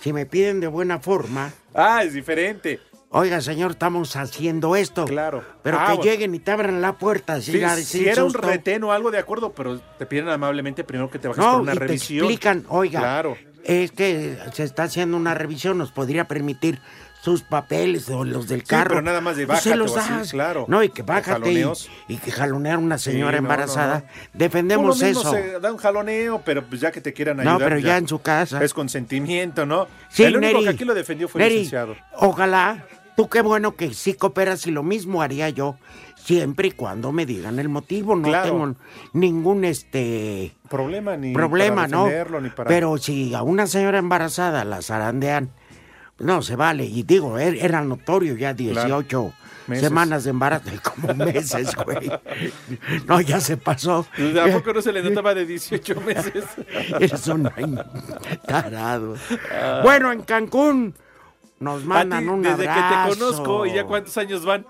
S7: si me piden de buena forma,
S3: Ah, es diferente.
S7: oiga señor, estamos haciendo esto. Claro. Pero
S3: Ah,
S7: que
S3: bueno.
S7: lleguen y te abran la puerta, así,
S3: Sí,
S7: ya,
S3: si
S7: sin
S3: era un
S7: susto.
S3: retén o algo de acuerdo, pero te piden amablemente primero que te bajes por
S7: No,
S3: una
S7: y
S3: revisión.
S7: te explican, oiga,
S3: Claro.
S7: es que se está haciendo una revisión, nos podría permitir sus papeles o los del
S3: Sí,
S7: carro.
S3: pero nada más de
S7: No se
S3: bájate
S7: los
S3: o así,
S7: das.
S3: claro.
S7: No, y que
S3: O
S7: bájate y,
S3: jaloneos.
S7: y que jalonear a una señora
S3: Sí, no, no,
S7: embarazada.
S3: no.
S7: Defendemos
S3: Uno mismo
S7: eso.
S3: se da un jaloneo, pero pues ya que te quieran
S7: No,
S3: ayudar.
S7: pero ya en su casa.
S3: Es consentimiento, ¿no?
S7: Sí,
S3: el único
S7: Neri,
S3: que aquí lo defendió fue
S7: Neri,
S3: el licenciado.
S7: Ojalá, tú qué bueno que sí cooperas y lo mismo haría yo, siempre y cuando me digan el motivo. No
S3: Claro.
S7: tengo ningún este
S3: Problema ni
S7: problema,
S3: para defenderlo,
S7: ¿no?
S3: ni para-
S7: Pero si a una señora embarazada la zarandean, no se vale. Y digo, er- era notorio ya 18
S3: Meses.
S7: semanas de embarazo, *laughs* como meses, güey. No, ya se pasó.
S3: Pues, ¿A poco no se
S7: *laughs*
S3: le notaba de 18 meses?
S7: Eres un año tarado. Bueno, en Cancún nos mandan
S3: A ti,
S7: un
S3: Ah. Desde
S7: abrazo.
S3: que te conozco y ya cuántos años van.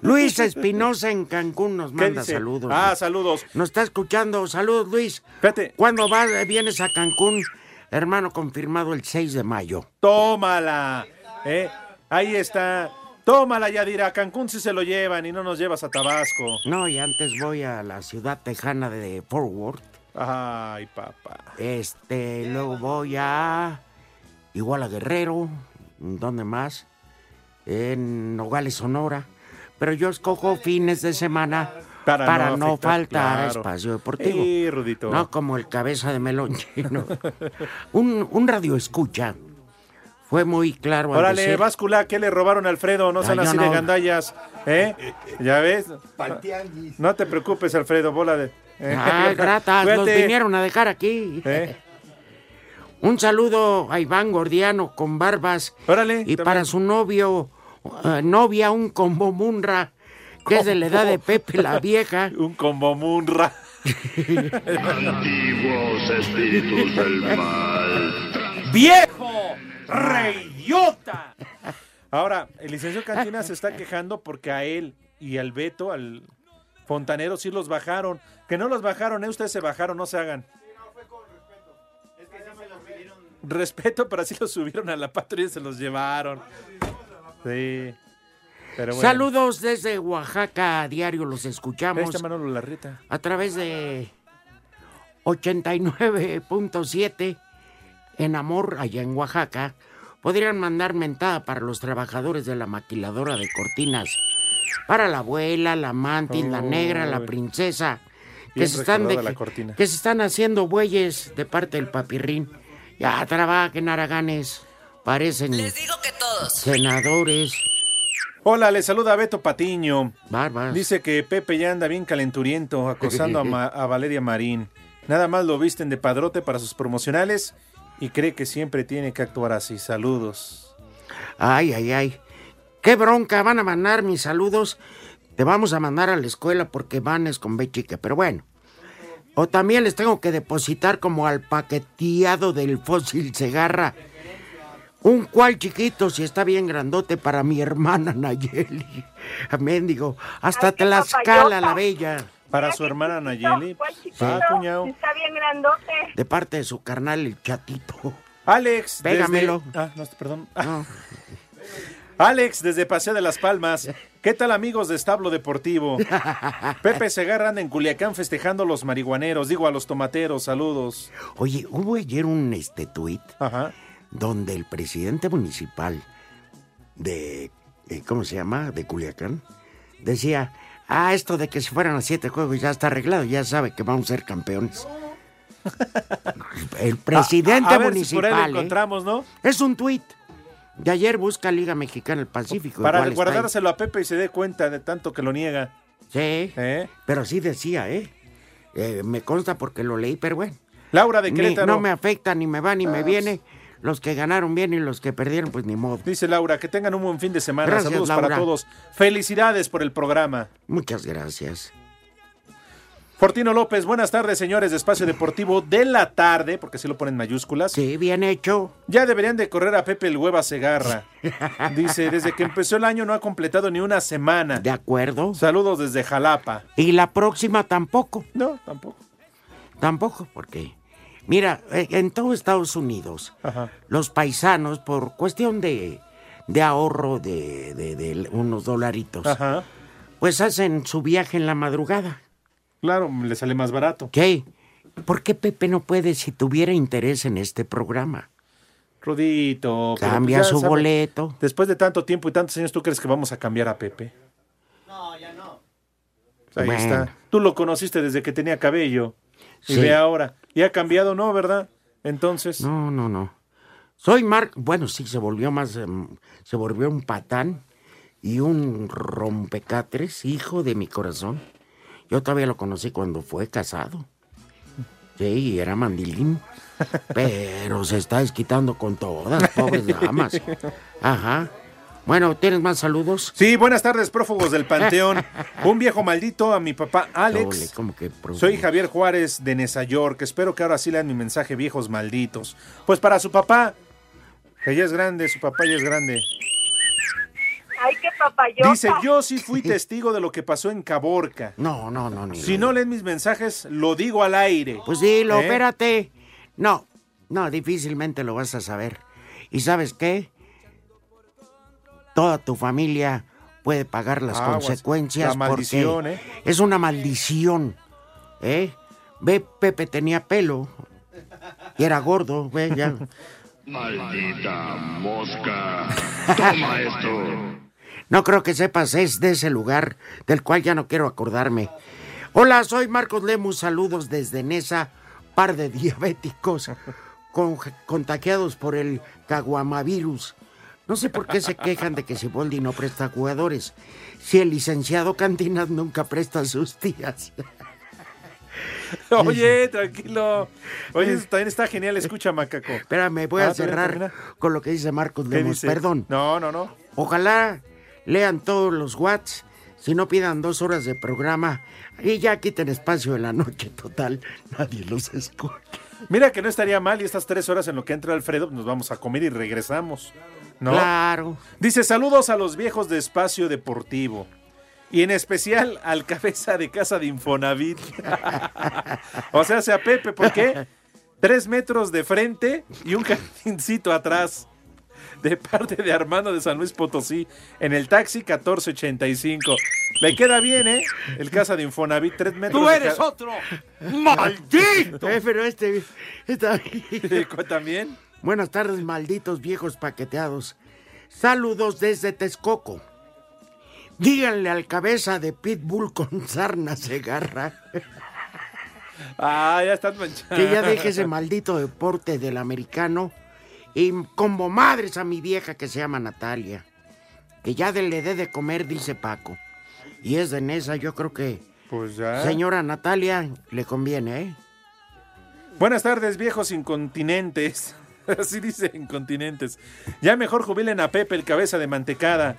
S7: Luis Espinosa en Cancún nos
S3: ¿Qué
S7: manda
S3: dice?
S7: saludos.
S3: Ah, saludos.
S7: Nos está escuchando. Saludos, Luis. Espérate. ¿Cuándo vas, vienes a Cancún? Hermano, confirmado el 6 de mayo.
S3: Tómala. ¿eh? Ahí está. Tómala, Yadira. A Cancún si se lo llevan y no nos llevas a Tabasco.
S7: No, y antes voy a la ciudad tejana de Fort Worth.
S3: Ay, papá.
S7: Este, luego voy a Iguala Guerrero. ¿Dónde más? En Nogales, Sonora. Pero yo escojo fines de semana para, no,
S3: afectar,
S7: faltar a
S3: claro.
S7: espacio deportivo.
S3: Sí, Rudito.
S7: No como el cabeza de melón *laughs* chino. un, un radio escucha. Fue muy claro. al
S3: Órale,
S7: decir-
S3: báscula, ¿qué le robaron a Alfredo? No
S7: Ya,
S3: sean
S7: yo
S3: así de
S7: pues no.
S3: gandallas. ¿Eh? ¿Ya ves? No te preocupes, Alfredo, bola de. eh.
S7: Ah, gratas, los
S3: *laughs* Cuídate.
S7: vinieron a dejar aquí.
S3: Eh.
S7: *laughs* Un saludo a Iván Gordiano con barbas.
S3: Órale.
S7: Y para su novio, eh, novia, un combo munra, que es de la edad de Pepe la vieja.
S3: *laughs* Un
S7: *laughs*
S3: combo munra.
S24: Antiguos espíritus del mal.
S3: ¡Viejo! ¡Reyota! Ahora, el licenciado Cantina se está quejando porque a él y al Beto, al Fontaneros sí los bajaron. Que no los bajaron, ¿eh? Ustedes se bajaron, no se hagan. Respeto, pero así los subieron a la patrulla y se los llevaron. Sí. Pero bueno.
S7: Saludos desde Oaxaca, a diario los escuchamos.
S3: Ahí está Este Manolo Larreta.
S7: a través de 89.7 en Amor, allá en Oaxaca, podrían mandar mentada para los trabajadores de la maquiladora de cortinas. Para la abuela, la mantis, la negra, la
S3: Uy.
S7: princesa, que
S3: Bien
S7: se, están
S3: recordada
S7: de-
S3: la cortina.
S7: que se están haciendo bueyes de parte del papirrín. Ya trabajen, haraganes. Parecen senadores.
S3: Hola, le saluda Beto Patiño.
S7: Barbas.
S3: Dice que Pepe ya anda bien calenturiento acosando a, Ma- a Valeria Marín. Nada más lo visten de padrote para sus promocionales y cree que siempre tiene que actuar así. Saludos.
S7: Ay, ay, ay. Qué bronca, van a mandar mis saludos. Te vamos a mandar a la escuela porque van es con B chica, pero bueno. O también les tengo que depositar como al paqueteado del fósil Segarra. Un cual chiquito, si está bien grandote, para mi hermana Nayeli. *laughs* Amén, digo. Hasta Tlaxcala,
S3: papayota.
S7: la bella.
S3: Para su hermana Nayeli. Ah, cuñado.
S1: Está bien grandote.
S7: De parte de su carnal, el chatito.
S3: Alex, desde-
S7: Pégamelo.
S3: Ah, no, perdón. Alex, desde Paseo de las Palmas. ¿Qué tal amigos de
S7: *laughs*
S3: Establo Deportivo? Pepe Segarra anda en Culiacán festejando a los marihuaneros, digo a los tomateros, saludos.
S7: Oye, hubo ayer un este tuit donde el presidente municipal de eh, ¿cómo se llama? de Culiacán decía, ah, esto de que se fueran a siete juegos ya está arreglado, ya sabe que vamos a ser campeones. El presidente
S3: Ah, A- a ver si por ahí lo
S7: municipal. ¿eh?
S3: encontramos, ¿no?
S7: Es un tuit. De ayer busca Liga Mexicana del Pacífico.
S3: Para
S7: igual está ahí.
S3: guardárselo a Pepe y se dé cuenta de tanto que lo niega. ¿Eh?
S7: Sí. Pero sí decía, ¿eh? Eh, Me consta porque lo leí, pero bueno.
S3: Laura de
S7: Ni-
S3: Querétaro.
S7: no me afecta, ni me va, ni me
S3: Ah,
S7: viene. Los que ganaron bien y los que perdieron, pues ni modo.
S3: Dice Laura, que tengan un buen fin de semana.
S7: Gracias,
S3: saludos
S7: Laura.
S3: para todos. Felicidades por el programa.
S7: Muchas gracias.
S3: Fortino López, buenas tardes, señores de Espacio Deportivo de la tarde, porque así lo ponen mayúsculas.
S7: Sí, bien hecho.
S3: Ya deberían de correr a Pepe el Hueva Segarra. *laughs* Dice, desde que empezó el año no ha completado ni una semana.
S7: De acuerdo.
S3: Saludos desde Jalapa.
S7: Y la próxima tampoco.
S3: No, tampoco.
S7: Tampoco, porque. Mira, eh, en todo Estados Unidos, los paisanos, por cuestión de, de ahorro de, de- de unos dolaritos, pues hacen su viaje en la madrugada.
S3: Claro, le sale más barato.
S7: ¿Qué? ¿Por qué Pepe no puede si tuviera interés en este programa?
S3: Rudito. pero
S7: Cambia
S3: pues ya
S7: su
S3: sabe,
S7: boleto.
S3: Después de tanto tiempo y tantos años, ¿tú crees que vamos a cambiar a Pepe? No, ya no. Ahí
S7: Bueno.
S3: está. Tú lo conociste desde que tenía cabello. Y
S7: Sí.
S3: ve ahora. Y ha cambiado, ¿no? ¿Verdad? Entonces.
S7: No, no, no. Soy Mark. Bueno, sí, se volvió más. em, se volvió un patán y un rompecatres, hijo de mi corazón. Yo todavía lo conocí cuando fue casado. Sí, y era
S3: *laughs*
S7: mandilín. Pero se está desquitando con todas, pobres
S3: *laughs*
S7: damas. Ajá. Bueno, ¿tienes más saludos?
S3: Sí, buenas tardes,
S7: *laughs*
S3: prófugos del Panteón. Un viejo maldito a mi papá
S7: Ole,
S3: Alex.
S7: como que pro-
S3: Soy Javier Juárez de Nesa York. Espero que ahora sí lean mi mensaje, viejos malditos. Pues para su papá, que ya es grande, su papá ya es grande.
S1: Ay, qué papayota.
S3: Dice, yo sí
S7: *laughs*
S3: fui testigo de lo que pasó en Caborca.
S7: No, no, no, no.
S3: Si no leen mis mensajes, lo digo al aire.
S7: Pues dilo,
S3: ¿Eh?
S7: espérate. No, no, difícilmente lo vas a saber. ¿Y sabes qué? Toda tu familia puede pagar las
S3: Aguas,
S7: consecuencias
S3: la maldición,
S7: porque
S3: ¿eh?
S7: es una maldición. ¿eh? Ve, Pepe tenía pelo y era gordo, ve, ya.
S24: Maldita mosca.
S6: *laughs*
S24: Toma esto.
S7: No creo que sepas, es de ese lugar del cual ya no quiero acordarme. Hola, soy Marcos Lemus, saludos desde Nesa, par de *laughs* diabéticos con- contagiados por el caguamavirus. No sé por qué se quejan de que Siboldi no presta jugadores, si el licenciado Cantinas nunca presta a sus tías. Pues,
S3: *laughs* Oye, tranquilo. Oye, eso también está genial. Escucha, macaco.
S7: Espérame, voy a
S3: Ah, ¿todavía no
S7: cerrar con lo que dice Marcos
S3: ¿Qué
S7: Lemus,
S3: dice?
S7: perdón.
S3: No, no, no.
S7: Ojalá lean todos los watts. Si no pidan dos horas de programa y ya quiten espacio en la noche total, nadie los escucha.
S3: Mira que no estaría mal y estas tres horas en lo que entra Alfredo pues, nos vamos a comer y regresamos. ¿no?
S7: Claro.
S3: Dice saludos a los viejos de espacio deportivo. Y en especial al cabeza de casa de Infonavit. *laughs* o sea, sea Pepe, ¿por qué? Tres metros de frente y un jardincito atrás. De parte de Armando de San Luis Potosí, en el taxi 1485. Le queda bien, ¿eh? El casa de Infonavit, tres metros.
S7: ¡Tú
S3: de
S7: eres
S3: ca-
S7: otro!
S3: *laughs*
S7: ¡Maldito!
S3: Eh,
S7: pero este...
S3: *laughs* ¿También?
S7: Buenas tardes, malditos viejos paqueteados. Saludos desde Texcoco. Díganle al cabeza de Pitbull con sarna cegarra
S3: Ah, ya están manchados.
S7: que ya deje ese maldito deporte del americano y como madres a mi vieja que se llama Natalia. Que ya de- le dé de comer, dice Paco. Y es de Nesa, yo creo que...
S3: Pues ya.
S7: Señora Natalia, le conviene, ¿eh? *laughs*
S3: Buenas tardes, viejos incontinentes. *laughs* Así dice incontinentes. Ya mejor jubilen a Pepe el cabeza de mantecada.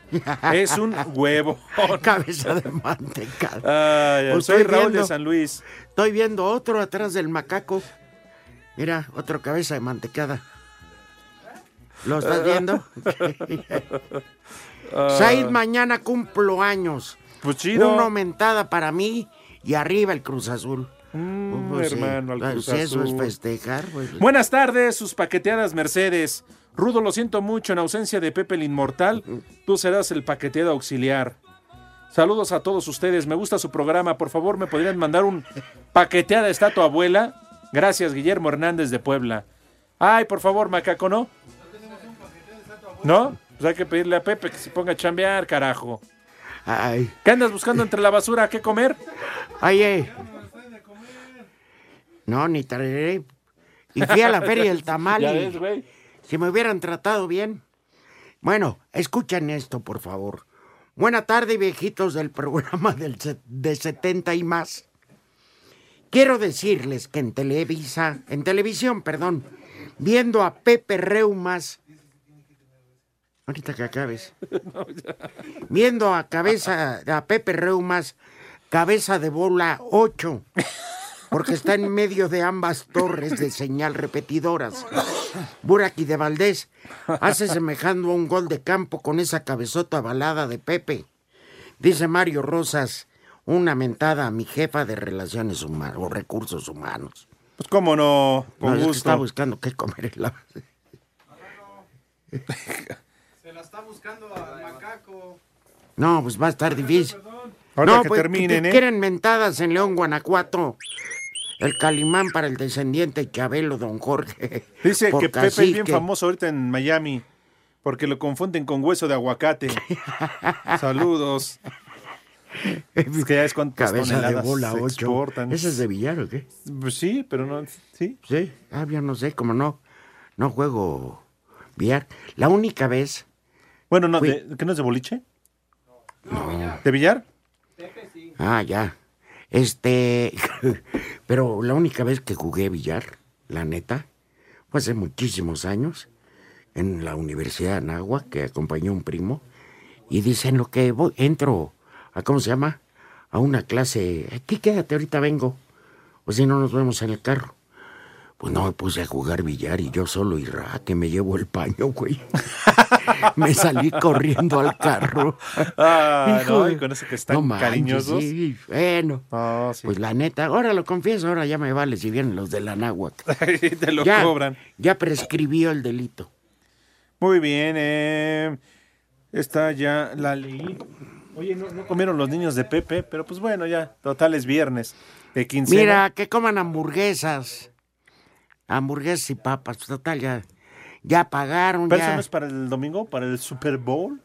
S3: Es un huevo.
S7: *laughs* cabeza de mantecada.
S3: Ay, ay,
S7: Pues
S3: soy
S7: estoy
S3: Raúl de
S7: viendo.
S3: San Luis.
S7: Estoy viendo otro atrás del macaco. Mira, otro cabeza de mantecada. ¿Lo estás
S3: *laughs*
S7: viendo? Said mañana cumplo años.
S3: Ah. Pues chido.
S7: Una aumentada para mí y arriba el Cruz Azul. sí.
S3: Mm, hermano, al
S7: Pues
S3: Cruz
S7: si eso es
S3: Azul.
S7: festejar. pues.
S3: Buenas tardes, sus paqueteadas Mercedes. Rudo, lo siento mucho, en ausencia de Pepe el Inmortal, tú serás el paqueteado auxiliar. Saludos a todos ustedes, me gusta su programa, por favor me podrían mandar un paqueteada está tu abuela. Gracias, Guillermo Hernández de Puebla. Ay, por favor, macaco, ¿no? ¿No? Pues hay que pedirle a Pepe que se ponga a chambear, carajo.
S7: Ay,
S3: ¿Qué andas buscando entre la basura? ¿Qué comer?
S7: ay, eh. No, ni traeré. Y fui a la feria del tamal.
S3: *laughs* Ya
S7: y-
S3: ves, güey.
S7: Si me hubieran tratado bien. Bueno, escuchen esto, por favor. Buena tarde, viejitos del programa *laughs* del se- de 70 y más. Quiero decirles que en Televisa, en televisión, perdón, viendo a Pepe Reumas, ahorita que acabes, viendo a cabeza, a Pepe Reumas, cabeza de bola 8, porque está en medio de ambas torres de señal repetidoras. Buraki de Valdés hace semejando a un gol de campo con esa cabezota balada de Pepe. Dice Mario Rosas, una mentada a mi jefa de relaciones humanas o recursos humanos.
S3: Pues cómo no,
S7: No,
S3: con
S7: es que está
S3: gusto.
S7: buscando qué comer en la...
S25: Se la está buscando al macaco.
S7: No, pues va a estar difícil.
S3: Ahora
S7: no,
S3: que
S7: pues,
S3: terminen,
S7: te
S3: ¿eh?
S7: Quieren mentadas en León, Guanajuato. El calimán para el descendiente Chabelo, don Jorge.
S3: Dice
S7: Por
S3: que Pepe es bien
S7: cacique.
S3: famoso ahorita en Miami porque lo confunden con hueso
S7: *laughs*
S3: de aguacate. Saludos. Es que ya es cuántas
S7: Cabeza de
S3: toneladas
S7: bola
S3: se
S7: 8.
S3: exportan.
S7: ¿Ese es
S3: *laughs*
S7: de billar o qué?
S3: Pues sí, pero no. Sí.
S7: Sí, ah, yo no sé, como no, no juego billar. La única vez.
S3: Bueno, no, de- ¿qué no es de boliche? ¿De billar?
S7: Ah, ya. Este, *laughs* pero la única vez que jugué billar, la neta, fue hace muchísimos años, en la Universidad de Anáhuac, que acompañó un primo, y dicen lo que voy, entro a, ¿cómo se llama? A una clase, aquí quédate, ahorita vengo, o si no nos vemos en el carro. Pues no, me puse a jugar billar y yo solo, y ra, que me llevo el paño, güey. *laughs* me salí corriendo al carro.
S3: Ah,
S7: *laughs* Hijo
S3: no,
S7: de-
S3: y con eso que están
S7: manches,
S3: cariñosos. Ah,
S7: sí, bueno. Pues la neta, ahora lo confieso, ahora ya me vale si vienen los de la náhuac.
S3: Te lo
S7: ya,
S3: cobran.
S7: Ya prescribió el delito.
S3: Muy bien, eh. Está ya la ley. Oye, no, no comieron los niños de Pepe, pero pues bueno, ya. Total es viernes de quincena.
S7: Mira, que coman hamburguesas. Hamburguesas y papas, pues, total, ya, ya pagaron.
S3: ¿Pero eso
S7: ya.
S3: no es para el domingo? ¿Para el Super Bowl?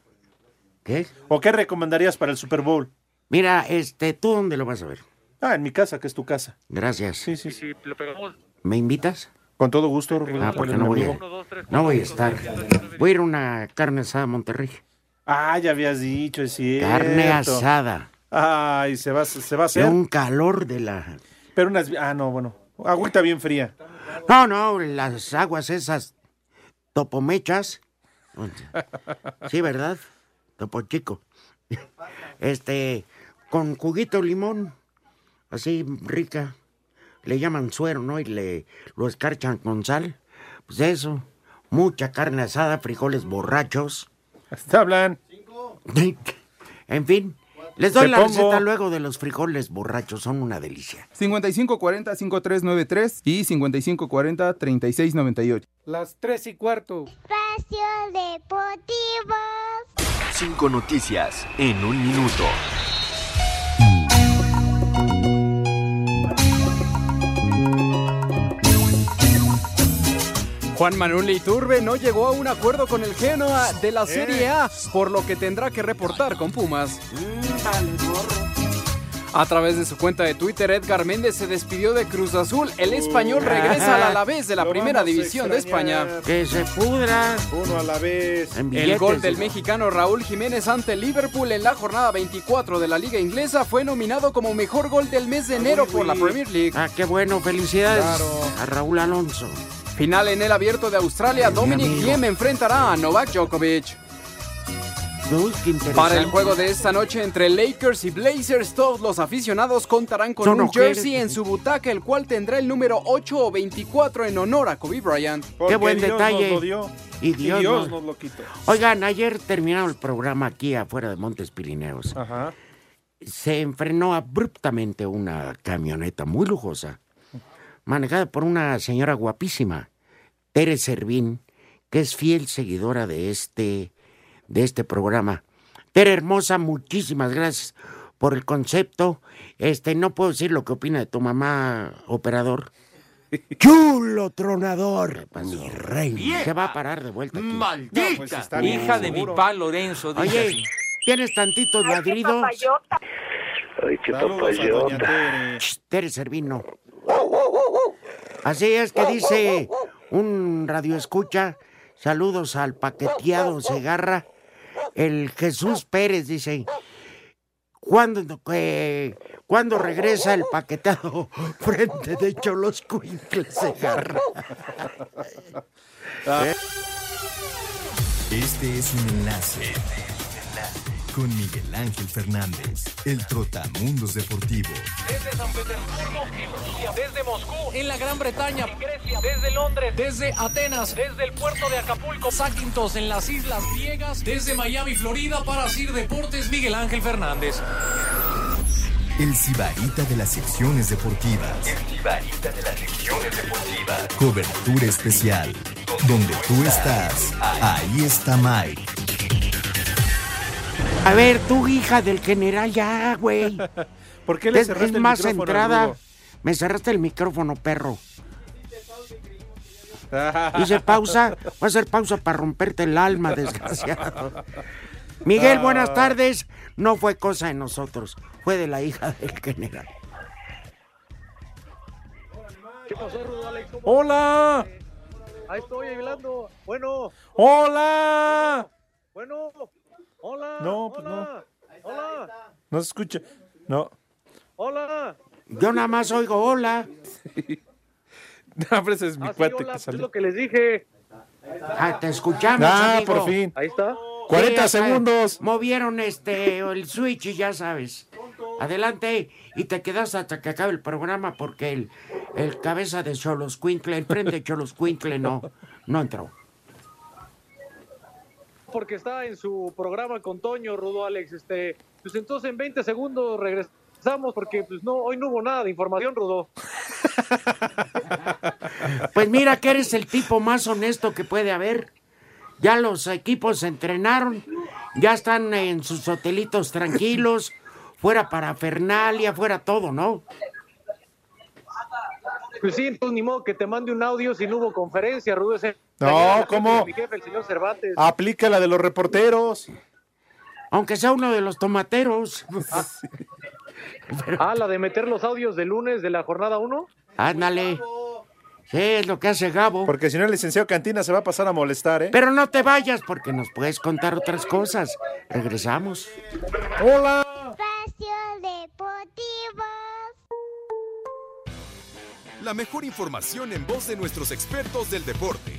S7: ¿Qué?
S3: ¿O qué recomendarías para el Super Bowl?
S7: Mira, este, ¿tú dónde lo vas a ver?
S3: Ah, en mi casa, que es tu casa.
S7: Gracias.
S3: Sí, sí, sí.
S25: Lo pegamos.
S7: ¿Me invitas?
S3: Con todo gusto, Rubén.
S7: Ah, porque
S3: Dale,
S7: no
S3: mi
S7: voy, a,
S3: amigo.
S7: no voy a estar. Voy a ir a una carne asada a Monterrey.
S3: Ah, ya habías dicho, es cierto.
S7: Carne asada.
S3: Ay, se va, se va a
S7: De
S3: hacer.
S7: un calor de la...
S3: Pero unas... Ah, no, bueno. Agüita bien fría. *laughs*
S7: No, no, las aguas esas topomechas. Sí, ¿verdad? Topo chico. Este, con juguito de limón, así rica. Le llaman suero, ¿no? Y le lo escarchan con sal. Pues eso, mucha carne asada, frijoles borrachos.
S3: Hasta hablan.
S7: En fin, Les doy
S18: Te
S7: la
S18: pongo-
S7: receta luego de los frijoles borrachos, son una delicia.
S18: 5540-5393 y 5540-3698.
S26: Las tres y cuarto.
S11: Espacio Deportivo.
S5: Cinco noticias en un minuto.
S26: Juan Manuel Iturbe no llegó a un acuerdo con el Genoa de la Serie A, por lo que tendrá que reportar con Pumas. A través de su cuenta de Twitter, Edgar Méndez se despidió de Cruz Azul. El español regresa al Alavés de la
S7: Lo
S26: Primera
S7: vamos a
S26: División de España.
S7: extrañar. Que se pudra.
S26: Uno a la vez.
S7: En
S26: El
S7: billetes,
S26: gol del
S7: digo.
S26: mexicano Raúl Jiménez ante Liverpool en la jornada 24 de la Liga Inglesa fue nominado como mejor gol del mes de enero por la Premier League.
S7: Ah, qué bueno, felicidades
S26: Claro.
S7: a Raúl Alonso.
S26: Final en el abierto de Australia, Dominic Thiem enfrentará a Novak Djokovic.
S7: Uy, qué interesante.
S26: Para el juego de esta noche entre Lakers y Blazers, todos los aficionados contarán con
S7: Son
S26: un
S7: ojeres.
S26: jersey en su butaca, el cual tendrá el número 8 o 24 en honor a Kobe Bryant.
S7: Qué buen detalle. Y Dios, nos-
S26: lo quitó.
S7: Oigan, ayer terminaron el programa aquí afuera de Montes Pirineos. Se enfrenó abruptamente una camioneta muy lujosa, manejada por una señora guapísima, Tere Servín, que es fiel seguidora de este, de este programa. Tere hermosa, muchísimas gracias por el concepto. Este, no puedo decir lo que opina de tu mamá, operador. ¡Chulo tronador! Mi rey.
S6: Vieja.
S7: Se va a parar de vuelta aquí.
S6: ¡Maldita!
S26: pues
S6: Hija de mi pa Lorenzo, dice
S7: Oye,
S6: así.
S7: ¿tienes tantitos ladridos?
S6: Ay, qué papayota.
S7: Shh, Tere Servino. Así es que dice un radioescucha. Saludos al paqueteado Segarra. El Jesús Pérez dice. ¿Cuándo, eh, ¿cuándo regresa el paqueteado *laughs* frente de Cholos Cuincles Segarra?
S2: Este es un enlace con Miguel Ángel Fernández, el Trotamundos Deportivo.
S6: Desde San Petersburgo, en Rusia, desde Moscú, en la Gran Bretaña, en Grecia, desde Londres, desde Atenas, desde el puerto de Acapulco, Saquintos, en las Islas Griegas, desde Miami, Florida, para Sir Deportes, Miguel Ángel Fernández.
S2: El Cibarita de las secciones deportivas.
S6: Barita de las regiones deportivas.
S2: Cobertura especial. Donde tú estás, ahí está Mike.
S7: A ver, tú, hija del general, ya, güey.
S3: *laughs* ¿Por qué le
S7: Es-
S3: cerraste
S7: es
S3: el
S7: más
S3: micrófono al
S7: entrada.
S3: Rudo?
S7: Me cerraste el micrófono, perro. Dice pausa, va a hacer pausa para romperte el
S3: *laughs*
S7: alma, desgraciado.
S3: Ah.
S7: Miguel, buenas tardes. No fue cosa de nosotros, fue de la hija del general.
S6: Oh. ¡Hola!
S27: Ahí estoy hablando. Bueno,
S3: ¡Hola!
S27: bueno. Hola.
S3: No, pues
S27: hola. Hola.
S3: No se escucha. No.
S27: Hola.
S7: Yo nada más oigo hola.
S3: *laughs* No, pero ese es mi
S27: Ah, sí,
S3: cuate
S27: hola,
S3: que
S27: pues
S3: sale.
S27: es lo que les dije.
S7: Ah, te escuchamos.
S3: Ah,
S7: amigo.
S3: por fin.
S27: Ahí está.
S3: 40
S7: hasta
S3: segundos.
S7: Movieron este el switch y ya sabes. Adelante y te quedas hasta que acabe el programa porque el, el cabeza de Cholos Quincle, el tren de Cholos Quincle no, no entró.
S27: Porque está en su programa con Toño, Rudo Alex. Este, pues entonces en 20 segundos regresamos porque pues no, hoy no hubo nada de información, Rudo.
S7: Pues mira que eres el tipo más honesto que puede haber. Ya los equipos se entrenaron, ya están en sus hotelitos tranquilos, fuera para Fernalia, fuera todo, ¿no?
S27: Pues sí, entonces ni modo que te mande un audio si no hubo conferencia, Rudo. Ese-
S3: No,
S27: Mañana la
S3: ¿cómo? Ah,
S27: gente de Mi jefe, el señor Cervantes.
S3: Aplica la de los reporteros.
S7: Aunque sea uno de los
S3: *laughs*
S7: tomateros.
S27: Ah, la de meter los audios de lunes de la jornada 1.
S7: Ándale. Sí, es lo que hace Gabo.
S3: Porque si no, el licenciado Cantina se va a pasar a molestar, ¿eh?
S7: Pero no te vayas porque nos puedes contar otras cosas. Regresamos.
S3: Hola.
S11: Espacio Deportivo.
S28: La mejor información en voz de nuestros expertos del deporte.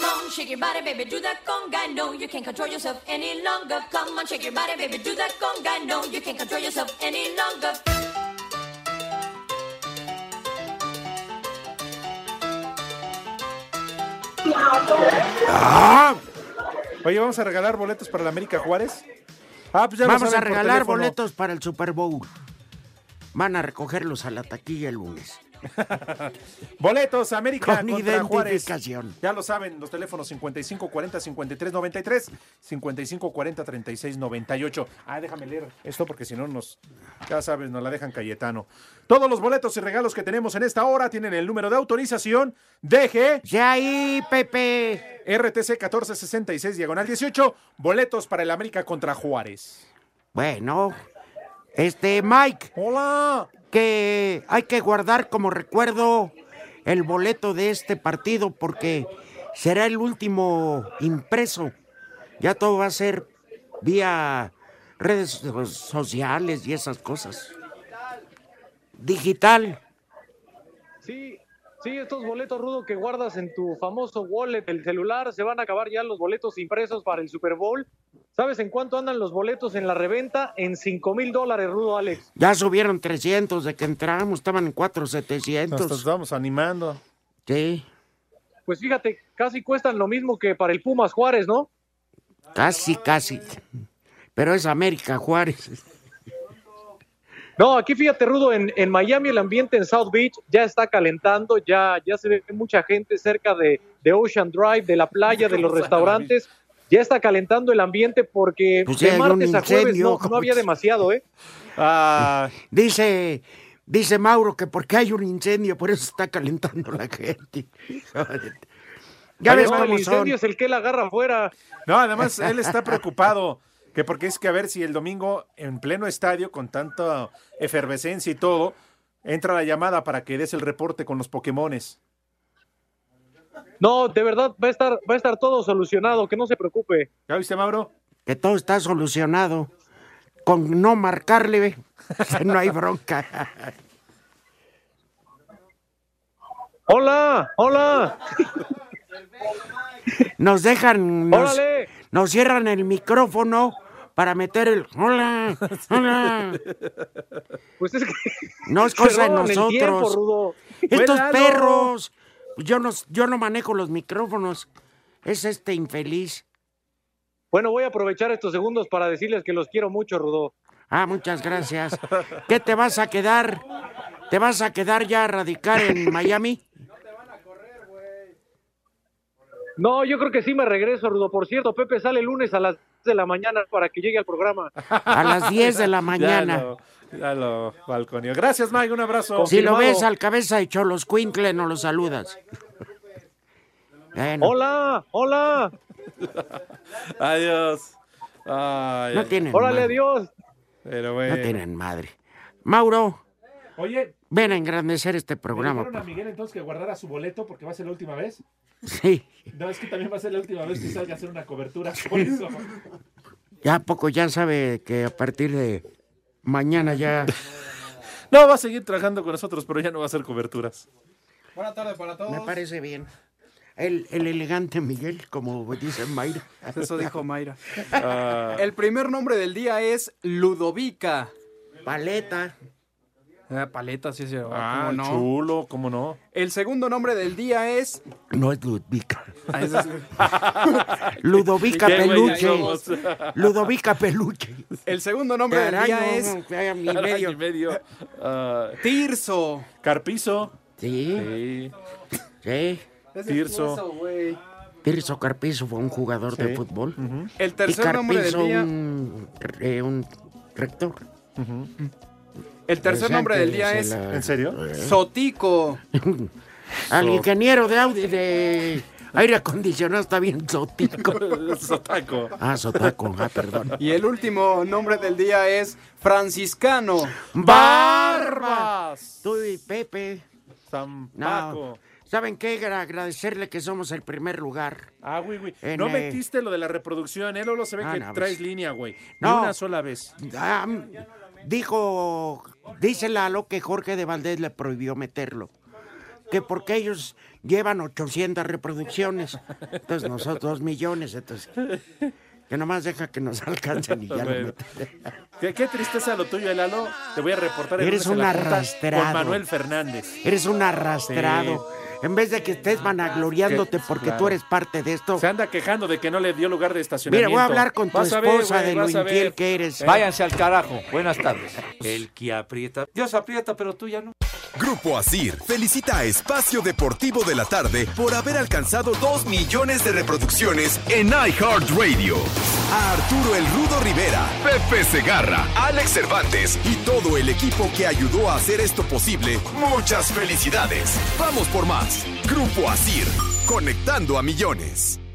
S9: on, shake your body, baby, do that conga. No, you can't control yourself any longer. Come on, shake your body, baby, do that conga. No, you can't control yourself any longer.
S3: ¡Ah! Oye, ¿vamos a regalar boletos para la América Juárez? Ah, pues ya lo
S7: Vamos a
S3: saben por
S7: regalar
S3: teléfono.
S7: boletos para el Super Bowl. Van a recogerlos a la taquilla el lunes.
S3: Boletos América
S7: Con
S3: contra Juárez.
S7: identificación.
S3: Ya lo saben, los teléfonos 5540-5393, 5540-3698. Ah, déjame leer esto porque si no nos, ya sabes, nos la dejan Cayetano. Todos los boletos y regalos que tenemos en esta hora tienen el número de autorización DG.
S7: Ya ahí, Pepe.
S3: RTC 1466, diagonal 18. Boletos para el América contra Juárez.
S7: Bueno, este Mike.
S3: Hola.
S7: Que hay que guardar como recuerdo el boleto de este partido porque será el último impreso. Ya todo va a ser vía redes so- sociales y esas cosas. Digital.
S27: Sí, sí, estos boletos rudo que guardas en tu famoso wallet, el celular, se van a acabar ya los boletos impresos para el Super Bowl. ¿Sabes en cuánto andan los boletos en la reventa? En 5 mil dólares, rudo Alex.
S7: Ya subieron 300 de que entramos, estaban en 4, 700.
S3: Nos estamos animando.
S7: Sí,
S27: Pues fíjate, casi cuestan lo mismo que para el Pumas Juárez, ¿no?
S7: casi, casi. Pero es América, Juárez.
S27: No, aquí fíjate, Rudo, en, en Miami el ambiente en South Beach ya está calentando, ya, ya se ve mucha gente cerca de, de Ocean Drive, de la playa, de los restaurantes. Ya está calentando el ambiente porque
S7: Pues ya
S27: de
S7: hay
S27: martes
S7: un
S27: a jueves
S7: incendio,
S27: no, no
S7: como
S27: había
S7: dice.
S27: demasiado, ¿eh? Ah.
S7: Dice, dice Mauro que porque hay un incendio, por eso está calentando la gente. ya
S27: Oye,
S7: ves
S27: no, el
S7: cómo son.
S27: incendio es el que la agarra afuera.
S3: No, además él está preocupado que porque es que a ver si el domingo en pleno estadio con tanta efervescencia y todo entra la llamada para que des el reporte con los Pokémones.
S27: No, de verdad va a estar, va a estar todo solucionado, que no se preocupe.
S3: ¿Ya viste, Mauro?
S7: Que todo está solucionado. Con no marcarle, ve, *laughs* no hay bronca.
S27: Hola, hola.
S7: Nos dejan, nos,
S27: Órale.
S7: nos cierran el micrófono para meter el
S27: *laughs*
S7: hola, hola.
S27: Pues es que
S7: No es cosa de
S27: Perdón, el
S7: nosotros.
S27: tiempo, Rudo.
S7: Estos
S27: Vuélalo.
S7: perros. Yo no, yo no manejo los micrófonos. Es este infeliz.
S27: Bueno, voy a aprovechar estos segundos para decirles que los quiero mucho, Rudo.
S7: Ah, muchas gracias. ¿Qué te vas a quedar? ¿Te vas a quedar ya a radicar
S27: *laughs*
S7: en Miami?
S27: No, yo creo que sí me regreso, Rudo. Por cierto, Pepe sale el lunes a las 10 de la mañana para que llegue al programa.
S7: A las
S10: *laughs*
S7: 10 de la mañana.
S3: Ya lo, ya lo balconeó. Gracias, Mike. Un abrazo.
S7: Si lo ves al cabeza de Cholos Quincle, no lo saludas. Bueno,
S27: Hola, hola.
S3: Adiós. Ay,
S7: No
S3: ay,
S7: tienen
S27: Órale,
S7: madre.
S27: adiós.
S3: Pero
S7: No
S3: bueno.
S7: tienen madre. Mauro,
S3: Oye,
S7: ven a engrandecer este programa.
S3: dijeron a Miguel entonces que guardara su boleto porque va a ser la última vez?
S7: por- Sí,
S3: No, es que también va a ser la última vez que salga a hacer una cobertura. Por eso.
S7: ya a poco ya sabe que a partir de mañana
S3: *laughs*
S7: ya.
S3: No, va a seguir trabajando con nosotros, pero ya no va a hacer coberturas.
S25: Buenas tardes para todos.
S7: Me parece bien. El, el elegante Miguel, como dice Mayra. *laughs*
S26: Eso dijo Mayra.
S7: Ah,
S26: El primer nombre del día es Ludovica.
S7: Paleta.
S26: Ah, paleta, sí, sí. ¿cómo
S3: Ah,
S26: no?
S3: chulo, ¿cómo no?
S26: El segundo nombre del día es.
S7: No es Ludvica.
S26: Ah, ese es-
S7: *laughs* Ludovica
S3: Qué güey
S7: Peluche.
S3: somos. *laughs*
S7: Ludovica Peluche.
S26: El segundo nombre del
S7: Caray, no,
S26: día es
S7: no, caray, mi
S3: Caray,
S7: medio.
S3: y medio. Ah,
S26: Tirso.
S3: Carpizo.
S7: Sí,
S3: Sí. *laughs*
S7: sí.
S3: Tirso.
S7: Tirso Carpizo fue un jugador de fútbol.
S26: El
S7: Y
S26: tercer nombre del
S7: Carpizo
S26: día.
S7: un, eh, un rector.
S26: El tercer nombre del día
S7: Pues
S26: es
S7: antes de la-
S3: ¿En serio?
S26: Sotico.
S7: *laughs* Al ingeniero de audio de aire acondicionado está bien zotico.
S3: Sotaco.
S7: *laughs* Ah, sotaco, ah, perdón.
S26: Y el último nombre del día es Franciscano.
S7: ¡Barba! Tú y Pepe.
S3: Tampoco.
S7: ¿Saben qué? Gra- Agradecerle que somos el primer lugar.
S3: Ah, güey, güey.
S7: En,
S3: no
S7: eh,
S3: metiste lo de la reproducción, ¿eh? Lolo se ve
S7: Ah,
S3: que
S7: no,
S3: traes
S7: pues.
S3: línea, güey. Ni
S7: No.
S3: una sola vez.
S7: Ah, mm, dijo, dice Lalo que Jorge de Valdés le prohibió meterlo. Que porque ellos llevan 800 reproducciones, entonces nosotros millones, entonces que nomás deja que nos *laughs* alcancen y ya lo
S3: Bueno.
S7: metemos.
S3: Qué, qué tristeza lo tuyo, eh, Lalo. Te voy a reportar
S7: Eres
S3: lunes en
S7: un
S3: la junta
S7: arrastrado.
S3: Con Manuel Fernández.
S7: Eres un arrastrado. En vez de que estés vanagloriándote
S3: Que-
S7: porque
S3: claro.
S7: tú eres parte de esto.
S3: Se anda quejando de que no le dio lugar de
S7: Mira,
S3: estacionamiento.
S7: voy a hablar con tu
S3: Vas a ver,
S7: esposa
S3: güey,
S7: de lo
S3: vas a ver.
S7: infiel que eres.
S3: Eh.
S10: Váyanse al carajo. Buenas tardes. El que aprieta. Dios aprieta, pero tú ya no.
S2: Grupo Asir felicita a Espacio Deportivo de la Tarde por haber alcanzado 2 millones de reproducciones en iHeartRadio. A Arturo El Rudo Rivera, Pepe Segarra, Alex Cervantes y todo el equipo que ayudó a hacer esto posible, muchas felicidades. Vamos por más. Grupo Asir, conectando a millones.